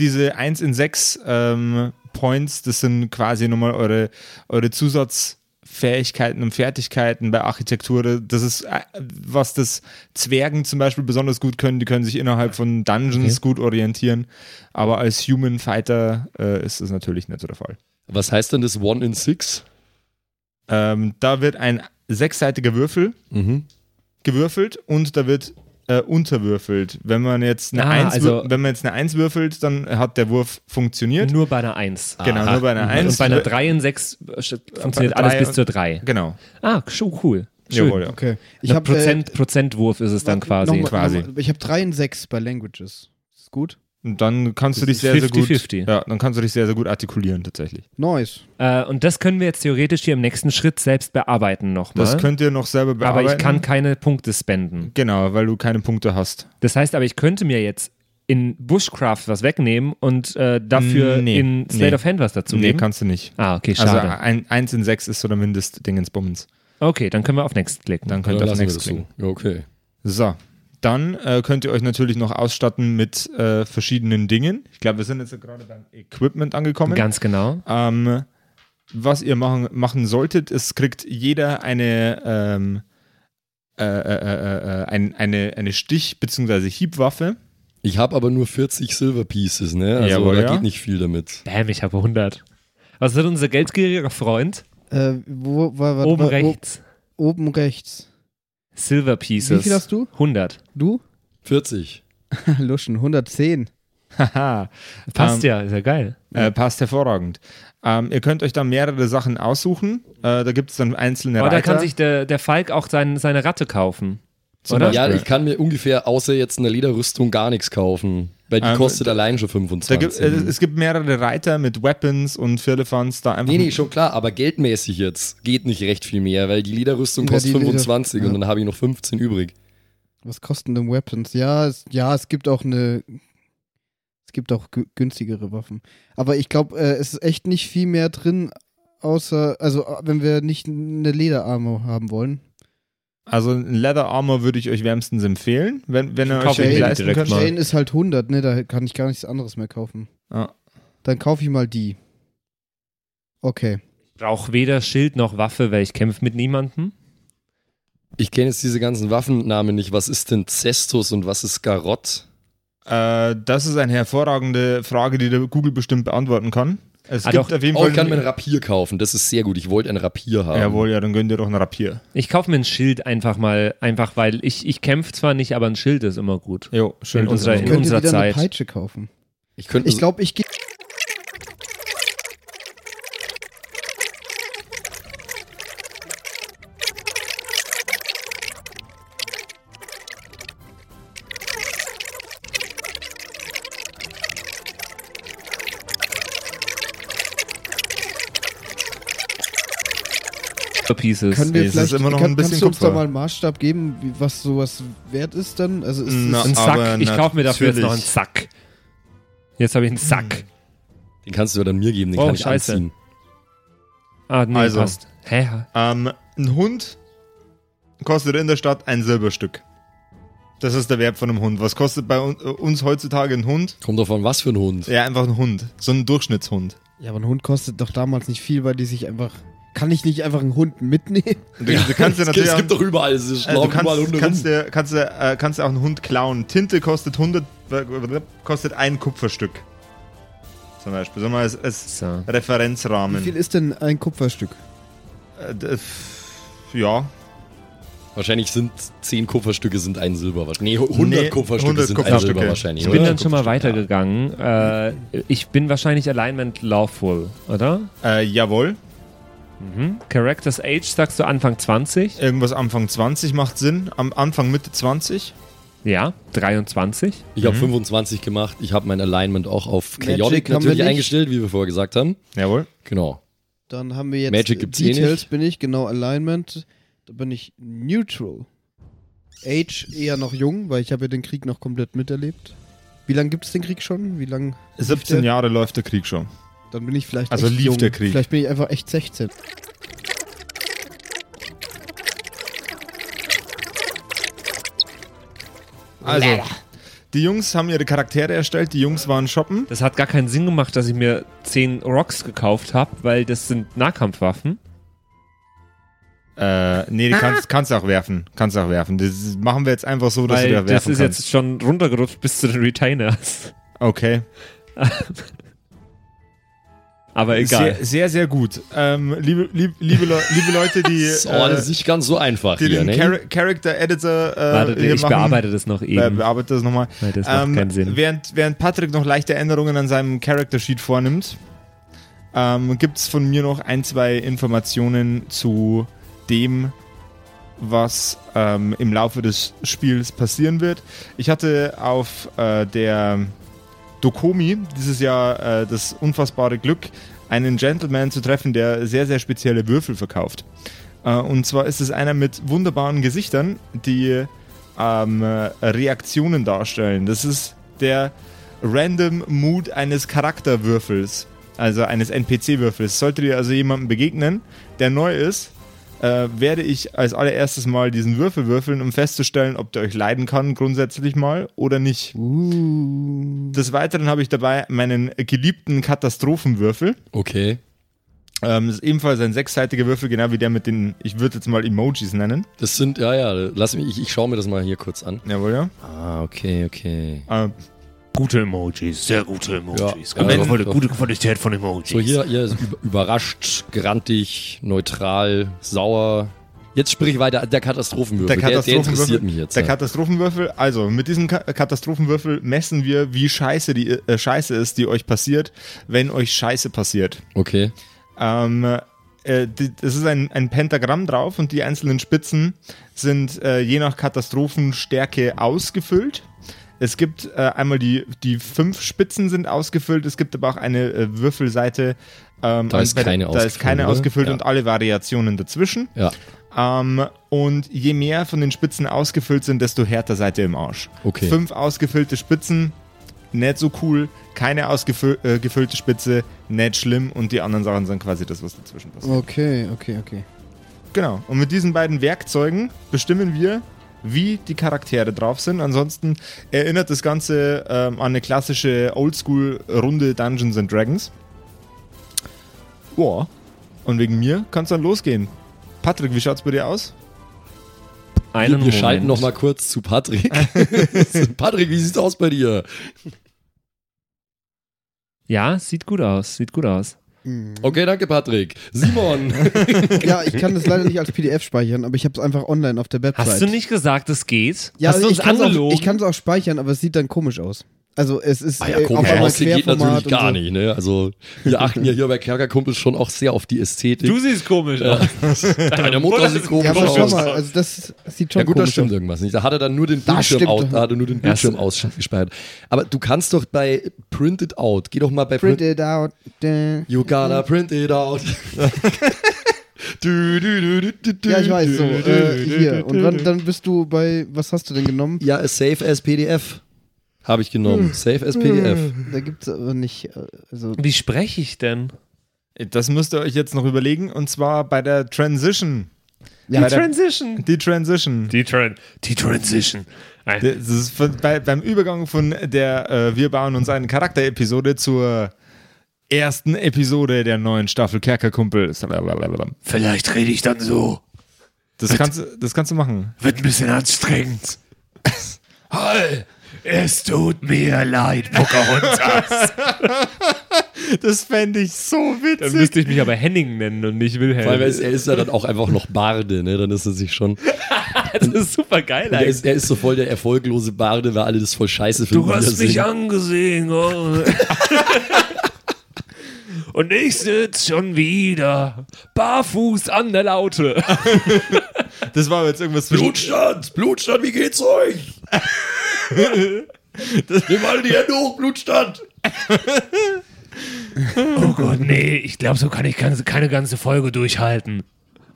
Speaker 4: diese 1 in 6 ähm, Points, das sind quasi nochmal eure, eure Zusatzfähigkeiten und Fertigkeiten bei Architektur. Das ist, äh, was das Zwergen zum Beispiel besonders gut können. Die können sich innerhalb von Dungeons gut orientieren. Aber als Human Fighter äh, ist das natürlich nicht so der Fall.
Speaker 1: Was heißt denn das One in Six?
Speaker 4: Ähm, da wird ein sechsseitiger Würfel
Speaker 1: Mhm.
Speaker 4: gewürfelt und da wird äh, unterwürfelt. Wenn man jetzt eine
Speaker 3: Ah,
Speaker 4: 1
Speaker 3: also-
Speaker 4: wür- wenn man jetzt eine 1 würfelt, dann hat der Wurf funktioniert.
Speaker 3: Nur bei einer 1.
Speaker 4: Genau, nur bei einer
Speaker 3: Und
Speaker 4: Eins.
Speaker 3: bei einer 3 in 6 funktioniert
Speaker 4: drei
Speaker 3: alles bis
Speaker 4: und-
Speaker 3: zur 3.
Speaker 4: Genau.
Speaker 3: Ah, schon cool. Schön.
Speaker 4: Jawohl, ja.
Speaker 2: Okay.
Speaker 3: Ich
Speaker 2: hab, äh,
Speaker 3: Prozent, Prozentwurf ist es dann
Speaker 2: warte,
Speaker 3: quasi.
Speaker 2: noch mal-
Speaker 4: Quasi.
Speaker 2: noch mal- ich habe 3 und 6 bei Languages. Ist gut?
Speaker 4: Und dann kannst du
Speaker 3: Das
Speaker 4: dich
Speaker 3: ist
Speaker 4: sehr, sehr gut.
Speaker 3: 50-50.
Speaker 4: Ja, dann kannst du dich sehr, sehr gut artikulieren tatsächlich.
Speaker 2: Nice.
Speaker 3: Äh, und das können wir jetzt theoretisch hier im nächsten Schritt selbst bearbeiten nochmal.
Speaker 4: Das könnt ihr noch selber
Speaker 3: aber
Speaker 4: bearbeiten.
Speaker 3: ich kann keine Punkte spenden.
Speaker 4: Genau, weil du keine Punkte hast.
Speaker 3: Das heißt aber, ich könnte mir jetzt in Bushcraft was wegnehmen und äh, dafür
Speaker 4: Nee,
Speaker 3: in Slate
Speaker 4: nee.
Speaker 3: of Hand was dazu
Speaker 4: Nee,
Speaker 3: geben.
Speaker 4: kannst du nicht.
Speaker 3: ah, okay,
Speaker 4: Also
Speaker 3: schade.
Speaker 4: ein, 1 in 6 ist so der Mindestding ins Bummens.
Speaker 3: okay, dann können wir auf Next klicken.
Speaker 4: Dann
Speaker 1: Ja,
Speaker 4: könnt
Speaker 1: dann
Speaker 4: ihr
Speaker 1: lassen
Speaker 4: auf
Speaker 1: wir
Speaker 4: Next
Speaker 1: das
Speaker 4: klicken.
Speaker 1: so. Ja, okay.
Speaker 4: So, dann äh, könnt ihr euch natürlich noch ausstatten mit äh, verschiedenen Dingen. Ich glaube, wir sind jetzt gerade beim Equipment angekommen.
Speaker 3: Ganz genau.
Speaker 4: Ähm, was ihr machen, machen solltet, es kriegt jeder eine, ähm, äh, äh, äh, äh, ein, eine, eine Stich- bzw. Hiebwaffe.
Speaker 1: Ich habe aber nur 40 Silver Pieces, ne? Also
Speaker 4: Jawohl,
Speaker 1: da
Speaker 4: ja.
Speaker 1: geht nicht viel damit.
Speaker 3: Bam, ich habe 100. Was hat unser geldgieriger Freund?
Speaker 2: Äh, wo, wa- warte
Speaker 3: Oben
Speaker 2: mal, o-
Speaker 3: rechts.
Speaker 2: Oben rechts.
Speaker 3: Silver Pieces.
Speaker 2: Wie viel hast du?
Speaker 3: 100.
Speaker 2: Du?
Speaker 1: 40.
Speaker 2: Luschen, 110.
Speaker 4: Haha,
Speaker 3: Passt
Speaker 4: Ähm,
Speaker 3: ja, ist ja geil.
Speaker 4: äh, passt hervorragend. Ähm, ihr könnt euch dann mehrere Sachen aussuchen. Äh, da gibt es dann einzelne
Speaker 3: Aber
Speaker 4: Reiter.
Speaker 3: Oh, da kann sich der, der Falk auch sein, seine Ratte kaufen.
Speaker 4: Zum
Speaker 3: oder?
Speaker 1: Ja,
Speaker 4: Beispiel.
Speaker 1: ich kann mir ungefähr außer jetzt eine Lederrüstung gar nichts kaufen, weil die
Speaker 4: Ähm,
Speaker 1: kostet allein schon
Speaker 4: da gibt,
Speaker 1: 25.
Speaker 4: äh, es gibt mehrere Reiter mit Weapons und Firlefanz. Da einfach
Speaker 1: nee, nee, schon klar, aber geldmäßig jetzt geht nicht recht viel mehr, weil die Lederrüstung
Speaker 2: Ja,
Speaker 1: kostet
Speaker 2: die Leder-
Speaker 1: 25
Speaker 2: ja.
Speaker 1: und dann habe ich noch 15 übrig.
Speaker 2: Was kosten denn Weapons? Ja, es, ja, es gibt auch eine. Es gibt auch gü- günstigere Waffen. Aber ich glaube, äh, es ist echt nicht viel mehr drin, außer, also äh, wenn wir nicht eine Lederarmor haben wollen.
Speaker 4: Also ein Leather Armor würde ich euch wärmstens empfehlen, wenn, wenn ihr euch
Speaker 3: Kaufe
Speaker 2: ich
Speaker 4: den
Speaker 2: mir
Speaker 4: leisten
Speaker 3: direkt
Speaker 4: könnt.
Speaker 3: mal.
Speaker 2: Jane ist halt 100, ne? Da kann ich gar nichts anderes mehr kaufen.
Speaker 4: Ja.
Speaker 2: Dann kaufe ich mal die. Okay.
Speaker 3: Braucht weder Schild noch Waffe, weil ich kämpfe mit niemandem.
Speaker 1: Ich kenne jetzt diese ganzen Waffennamen nicht. Was ist denn Zestus und was ist Oh, Garott?
Speaker 4: Äh, das ist eine hervorragende Frage, die der Google bestimmt beantworten kann. Es
Speaker 3: Ah,
Speaker 4: gibt
Speaker 3: doch.
Speaker 4: auf jeden
Speaker 1: Oh,
Speaker 4: Fall.
Speaker 1: ich kann mir ein Rapier kaufen. Das ist sehr gut. Ich wollte ein Rapier haben.
Speaker 4: Jawohl, ja, dann gönn dir doch ein Rapier.
Speaker 3: Ich kaufe mir ein Schild einfach mal, einfach weil ich, ich kämpfe zwar nicht, aber ein Schild ist immer gut.
Speaker 4: Jo, schön.
Speaker 3: In
Speaker 4: dass
Speaker 3: unserer-
Speaker 4: du-
Speaker 2: Ich
Speaker 3: In
Speaker 2: könnte
Speaker 3: unserer
Speaker 2: wieder eine
Speaker 3: Zeit.
Speaker 2: Peitsche kaufen.
Speaker 1: Ich könnte
Speaker 2: Ich glaube, ich gehe.
Speaker 3: Silver Pieces.
Speaker 2: Können wir
Speaker 4: Nee, es ist
Speaker 2: vielleicht
Speaker 4: immer noch ein
Speaker 2: kann,
Speaker 4: bisschen
Speaker 2: kannst du uns da
Speaker 4: Kupfer.
Speaker 2: mal einen Maßstab geben, wie, was sowas wert ist dann? Also ist
Speaker 4: Na,
Speaker 3: Ein
Speaker 2: es,
Speaker 4: Aber
Speaker 3: Sack. Ich kaufe mir dafür jetzt noch einen
Speaker 4: natürlich.
Speaker 3: Sack. Jetzt habe ich einen
Speaker 2: Hm.
Speaker 3: Sack.
Speaker 1: den kannst du ja dann mir geben. Den
Speaker 3: Oh,
Speaker 1: kann ich
Speaker 3: scheiße.
Speaker 1: anziehen.
Speaker 3: Ah, nee,
Speaker 4: Also.
Speaker 3: passt. Hä?
Speaker 4: Ähm, ein Hund kostet in der Stadt ein Silberstück. Das ist der Wert von einem Hund. Was kostet bei un- äh, uns heutzutage ein Hund?
Speaker 1: Kommt davon, was für ein Hund.
Speaker 4: Ja, einfach ein Hund. So ein Durchschnittshund.
Speaker 2: ja, aber ein Hund kostet doch damals nicht viel, weil die sich einfach Kann ich nicht einfach einen Hund mitnehmen?
Speaker 4: Du, du kannst dir
Speaker 1: es,
Speaker 4: natürlich
Speaker 1: es
Speaker 4: auch,
Speaker 1: gibt doch überall, es ist
Speaker 4: äh, du
Speaker 1: laufen überall
Speaker 4: kannst,
Speaker 1: Hunde
Speaker 4: kannst,
Speaker 1: rum.
Speaker 4: dir, kannst, dir, äh, kannst dir auch einen Hund klauen. Tinte kostet 100, äh, kostet ein Kupferstück. Zum Beispiel. Sagen wir mal, als, als
Speaker 3: So.
Speaker 2: Wie viel
Speaker 4: Referenzrahmen.
Speaker 2: ist denn ein Kupferstück?
Speaker 4: Äh, d- f- ja,
Speaker 1: Wahrscheinlich sind 10 Kupferstücke sind ein Silber. wahrscheinlich. Nee, 100
Speaker 4: Nee,
Speaker 1: Kupferstücke
Speaker 4: 100
Speaker 1: sind ein
Speaker 4: Kupferstücke.
Speaker 1: Silber wahrscheinlich.
Speaker 3: Ich bin dann schon mal weitergegangen. Äh, ich bin wahrscheinlich Alignment Lawful, oder?
Speaker 4: äh, jawohl.
Speaker 3: Characters Age sagst du Anfang 20?
Speaker 4: Irgendwas Anfang 20 macht Sinn. Am Anfang Mitte 20.
Speaker 3: Ja, 23.
Speaker 1: Ich habe 25 gemacht. Ich habe mein Alignment auch auf Chaotic
Speaker 2: Magic haben wir
Speaker 1: natürlich
Speaker 2: nicht.
Speaker 1: eingestellt, wie wir vorher gesagt haben.
Speaker 4: Jawohl.
Speaker 1: Genau.
Speaker 2: Dann haben wir jetzt
Speaker 1: Magic gibt's eh
Speaker 2: Details
Speaker 1: nicht.
Speaker 2: bin ich, genau Alignment. Da bin ich neutral. Age eher noch jung, weil ich habe ja den Krieg noch komplett miterlebt. Wie lange gibt es den Krieg schon? Wie lange?
Speaker 4: 17 Jahre läuft der Krieg schon.
Speaker 2: Dann bin ich vielleicht
Speaker 4: Also
Speaker 2: echt
Speaker 4: lief
Speaker 2: jung.
Speaker 4: der Krieg.
Speaker 2: Vielleicht bin ich einfach echt 16.
Speaker 4: Also, die Jungs haben ihre Charaktere erstellt, die Jungs waren shoppen.
Speaker 3: Das hat gar keinen Sinn gemacht, dass ich mir 10 Rocks gekauft habe, weil das sind Nahkampfwaffen.
Speaker 4: Äh, nee, die kannst, kannst auch werfen. Kannst auch werfen. Das machen wir jetzt einfach so, dass du
Speaker 3: weil
Speaker 4: da
Speaker 3: das
Speaker 4: werfen
Speaker 3: ist
Speaker 4: kannst.
Speaker 3: jetzt schon runtergerutscht bis zu den Retainers.
Speaker 4: okay.
Speaker 3: Aber egal.
Speaker 4: Sehr, äh, sehr, sehr gut. Ähm, liebe, lieb, liebe, Leu- liebe Leute, die,
Speaker 1: Ist
Speaker 3: Oh,
Speaker 1: auch alles
Speaker 4: äh,
Speaker 1: nicht ganz so einfach
Speaker 4: die
Speaker 1: hier,
Speaker 4: den
Speaker 1: ne?
Speaker 4: Char Character Editor äh,
Speaker 3: Warte,
Speaker 4: hier
Speaker 3: ne, ich
Speaker 4: machen, Ähm,
Speaker 3: bearbeite das noch
Speaker 4: Be-
Speaker 3: eben.
Speaker 4: bearbeite das nochmal.
Speaker 3: Weil das macht keinen Sinn.
Speaker 4: Während, während Patrick noch leichte Änderungen an seinem Character Sheet vornimmt, ähm, gibt es von mir noch ein, zwei Informationen zu dem, was ähm, im Laufe des Spiels passieren wird. Ich hatte auf äh, der Dokomi dieses Jahr äh, das unfassbare Glück, einen Gentleman zu treffen, der sehr, sehr spezielle Würfel verkauft. Äh, und zwar ist es einer mit wunderbaren Gesichtern, die ähm, äh, Reaktionen darstellen. Das ist der Random Mood eines Charakterwürfels, also eines NPC-Würfels. Sollte dir also jemandem begegnen, der neu ist, äh, werde ich als allererstes mal diesen Würfel würfeln, um festzustellen, ob der euch leiden kann, grundsätzlich mal, oder nicht. Des Weiteren habe ich dabei meinen geliebten Katastrophenwürfel.
Speaker 1: Okay.
Speaker 4: Ähm, ist ebenfalls ein sechsseitiger Würfel, genau wie der mit den, ich würde jetzt mal Emojis nennen.
Speaker 1: Das sind, ja, ja, lass mich, ich, ich schaue mir das mal hier kurz an.
Speaker 4: Jawohl, ja.
Speaker 1: Ah, okay, okay.
Speaker 4: Ähm,
Speaker 5: Gute Emojis, sehr gute Emojis.
Speaker 1: Ja,
Speaker 5: Gute,
Speaker 1: ja,
Speaker 5: volle-
Speaker 1: doch.
Speaker 5: gute Qualität von Emojis.
Speaker 1: So, hier, hier ist üb- überrascht, grantig, neutral, sauer. Jetzt sprich weiter, der Katastrophenwürfel. Also Der, der interessiert mich jetzt. ne?
Speaker 4: Der
Speaker 1: ja.
Speaker 4: Katastrophenwürfel, also mit diesem Ka Katastrophenwürfel messen wir, wie scheiße die äh, Scheiße ist, die euch passiert, wenn euch Scheiße passiert.
Speaker 1: okay.
Speaker 4: Ähm, äh, die, es ist ein, ein Pentagramm drauf und die einzelnen Spitzen sind äh, je nach Katastrophenstärke ausgefüllt. Es gibt äh, einmal die, die fünf Spitzen sind ausgefüllt, es gibt aber auch eine äh, Würfelseite. Ähm,
Speaker 1: Da
Speaker 4: und
Speaker 1: ist
Speaker 4: bei der-
Speaker 1: keine
Speaker 4: da ist
Speaker 1: ausgefüllt,
Speaker 4: keine
Speaker 1: oder?
Speaker 4: ausgefüllt
Speaker 1: Ja.
Speaker 4: und alle Variationen dazwischen.
Speaker 1: Ja,
Speaker 4: Ähm, und je mehr von den Spitzen ausgefüllt sind, desto härter seid ihr im Arsch.
Speaker 1: Okay.
Speaker 4: Fünf ausgefüllte Spitzen, nicht so cool. Keine ausgefüllte äh, gefüllte Spitze, nicht schlimm. Und die anderen Sachen sind quasi das, was dazwischen passiert.
Speaker 2: Okay, okay, okay.
Speaker 4: Genau. Und mit diesen beiden Werkzeugen bestimmen wir, wie die Charaktere drauf sind. Ansonsten erinnert das Ganze ähm, an eine klassische Oldschool-Runde Dungeons and Dragons. Boah. Und wegen mir kann es dann losgehen. Patrick, wie schaut's bei dir aus?
Speaker 3: Einen
Speaker 1: wir, wir
Speaker 3: Moment.
Speaker 1: schalten noch mal kurz zu Patrick. Patrick, wie sieht's aus bei dir?
Speaker 3: Ja, sieht gut aus, sieht gut aus.
Speaker 1: Okay, danke, Patrick. Simon,
Speaker 2: Ja, ich kann das leider nicht als PDF speichern, aber ich habe es einfach online auf der Website.
Speaker 3: Hast du nicht gesagt, es geht?
Speaker 2: Ja,
Speaker 3: Hast du
Speaker 2: also
Speaker 3: uns
Speaker 2: ich kann's auch,
Speaker 3: angelogen?
Speaker 2: ich kann es auch speichern, aber es sieht dann komisch aus. Also es ist
Speaker 1: Ah ja,
Speaker 2: äh,
Speaker 1: komisch
Speaker 2: auf einmal
Speaker 1: aussehen geht
Speaker 2: Querformat
Speaker 1: natürlich
Speaker 2: und
Speaker 1: gar
Speaker 2: so.
Speaker 1: nicht, ne? Also, wir achten ja hier bei Kerkerkumpels schon auch sehr auf die Ästhetik.
Speaker 3: du siehst komisch aus.
Speaker 1: Deine Mutter
Speaker 3: Mutter
Speaker 1: sieht
Speaker 3: ist-
Speaker 1: komisch
Speaker 2: Ja, aber schau
Speaker 1: aus.
Speaker 2: mal, also das sieht schon
Speaker 1: Ja gut,
Speaker 2: komisch
Speaker 1: das stimmt
Speaker 2: aus.
Speaker 1: irgendwas nicht. Da hat er dann nur den
Speaker 2: Das
Speaker 1: Bildschirm
Speaker 2: stimmt
Speaker 1: out,
Speaker 2: doch.
Speaker 1: da hat er nur den
Speaker 3: Das-
Speaker 1: Bildschirm aus gespeichert. Aber du kannst doch bei Print It Out, geh doch mal bei
Speaker 2: Print it out. dä.
Speaker 1: You gotta print it out. du, du, du, du, du,
Speaker 2: Ja, ich weiß, so.
Speaker 1: du, du,
Speaker 2: Äh,
Speaker 1: du,
Speaker 2: hier.
Speaker 1: du,
Speaker 2: Und
Speaker 1: du,
Speaker 2: wann,
Speaker 1: du.
Speaker 2: dann bist du bei, was hast du denn genommen?
Speaker 1: Ja, Save as PDF habe ich
Speaker 2: Hm.
Speaker 1: genommen. Save as PDF.
Speaker 2: Da gibt's aber nicht, äh, also
Speaker 3: Wie spreche ich denn?
Speaker 4: Das müsst ihr euch jetzt noch überlegen und zwar bei der Transition.
Speaker 2: Ja,
Speaker 4: bei der,
Speaker 3: Transition.
Speaker 4: die Transition.
Speaker 5: Die, Tran die Transition. Ein,
Speaker 4: das ist von, bei, beim Übergang von der äh, Wir bauen uns einen Charakter-Episode zur ersten Episode der neuen Staffel Kerkerkumpel.
Speaker 5: Vielleicht rede ich dann so.
Speaker 4: Das kannst, du- das kannst du machen.
Speaker 5: Wird ein bisschen anstrengend. Hall, es tut mir leid, Pocahontas.
Speaker 4: Das fände ich so
Speaker 3: Dann
Speaker 4: witzig.
Speaker 3: müsste ich mich aber Henning nennen und nicht Wilhelm.
Speaker 1: Weil er ist, er ist ja dann auch einfach noch Barde, ne? Dann ist er sich schon.
Speaker 3: das ist super geil
Speaker 1: Er
Speaker 3: eigentlich.
Speaker 1: ist, er ist so voll der erfolglose Barde, weil alle das voll scheiße finden.
Speaker 5: Du
Speaker 1: wie er
Speaker 5: hast mich
Speaker 1: singt.
Speaker 5: angesehen. Oh. Und ich sitz schon wieder
Speaker 3: Barfuß an der Laute.
Speaker 4: Das war aber jetzt irgendwas zwischen.
Speaker 1: Blutstand! Blutstand, wie geht's euch? das Nimm mal die Hände hoch, Blutstand!
Speaker 5: Oh Gott, nee, ich glaube, so kann ich ganz- keine ganze Folge durchhalten.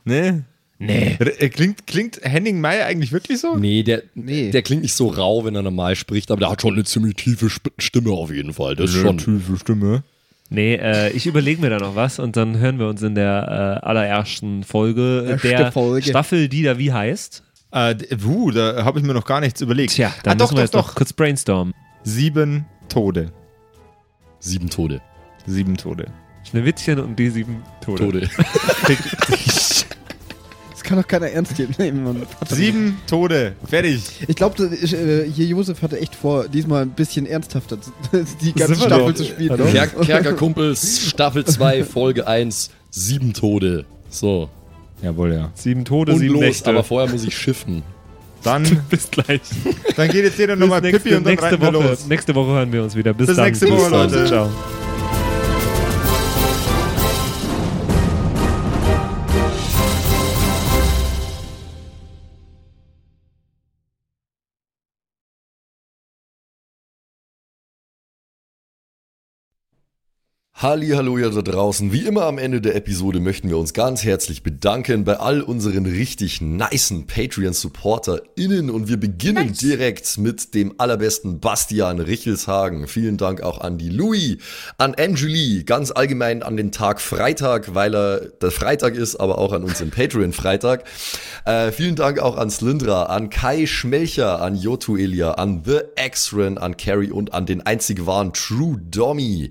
Speaker 4: Nee.
Speaker 5: Nee.
Speaker 4: R- Ne? äh, Klingt, klingt Henning Meyer eigentlich wirklich so?
Speaker 1: Nee, der,
Speaker 2: Nee.
Speaker 1: der klingt nicht so rau, wenn er normal spricht, aber der hat schon eine ziemlich tiefe Sp Stimme auf jeden Fall. Das schon.
Speaker 4: tiefe Stimme.
Speaker 3: Nee, äh, ich überlege mir da noch was und dann hören wir uns in der äh, allerersten Folge äh,
Speaker 2: Erste
Speaker 3: der
Speaker 2: Folge.
Speaker 3: Staffel, die da wie heißt.
Speaker 4: Äh, d- wuh, da habe ich mir noch gar nichts überlegt.
Speaker 3: Tja,
Speaker 4: ah,
Speaker 3: dann
Speaker 4: doch,
Speaker 3: müssen wir
Speaker 4: doch,
Speaker 3: jetzt noch
Speaker 4: doch.
Speaker 3: kurz brainstormen.
Speaker 4: Sieben Tode.
Speaker 1: Sieben Tode.
Speaker 4: Sieben Tode.
Speaker 3: Schneewittchen und die sieben Tode.
Speaker 1: Tode.
Speaker 2: Das kann doch keiner ernst nehmen. Mann.
Speaker 4: Sieben Tode. Fertig.
Speaker 2: Ich glaube, äh, hier Josef hatte echt vor, diesmal ein bisschen ernsthafter zu- die ganze
Speaker 4: Sind wir
Speaker 2: Staffel
Speaker 4: doch.
Speaker 2: zu spielen.
Speaker 4: Hallo?
Speaker 1: Ker Kerkerkumpels, Staffel 2, Folge 1, sieben Tode. So.
Speaker 4: Jawohl, ja.
Speaker 3: Sieben Tode,
Speaker 1: Und
Speaker 3: sieben
Speaker 1: los,
Speaker 3: Nächte.
Speaker 1: aber vorher muss ich schiffen.
Speaker 4: Dann,
Speaker 3: bis gleich.
Speaker 4: dann geht jetzt jeder nochmal
Speaker 3: Bis
Speaker 4: Pippi und dann reiten
Speaker 3: nächste
Speaker 4: wir
Speaker 3: Woche.
Speaker 4: los.
Speaker 3: Nächste Woche hören wir uns wieder. Bis,
Speaker 4: Bis
Speaker 3: dann.
Speaker 4: nächste Woche,
Speaker 3: Bis dann.
Speaker 4: Leute.
Speaker 3: Ciao.
Speaker 1: Hallo ihr da draußen. Wie immer am Ende der Episode möchten wir uns ganz herzlich bedanken bei all unseren richtig nicen Patreon-SupporterInnen und wir beginnen direkt mit dem allerbesten Bastian Richelshagen. Vielen Dank auch an die Louis, an Angeli, ganz allgemein an den Tag Freitag, weil er der Freitag ist, aber auch an uns im Patreon-Freitag. Äh, vielen Dank auch an Slyndra, an Kai Schmelcher, an Jotu Elia, an The X-Ren, an Carrie und an den einzig wahren True Dommy.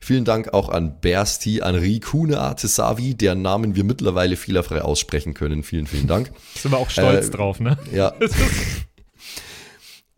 Speaker 1: Vielen Dank auch an Bersti, an Rikune Artesavi, deren Namen wir mittlerweile fehlerfrei aussprechen können. Vielen, vielen Dank.
Speaker 3: Sind wir auch stolz
Speaker 1: Äh,
Speaker 3: drauf, ne?
Speaker 1: Ja.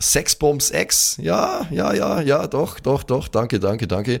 Speaker 1: Sexbombs X, ja, ja, ja, ja, doch, doch, doch, danke, danke, danke.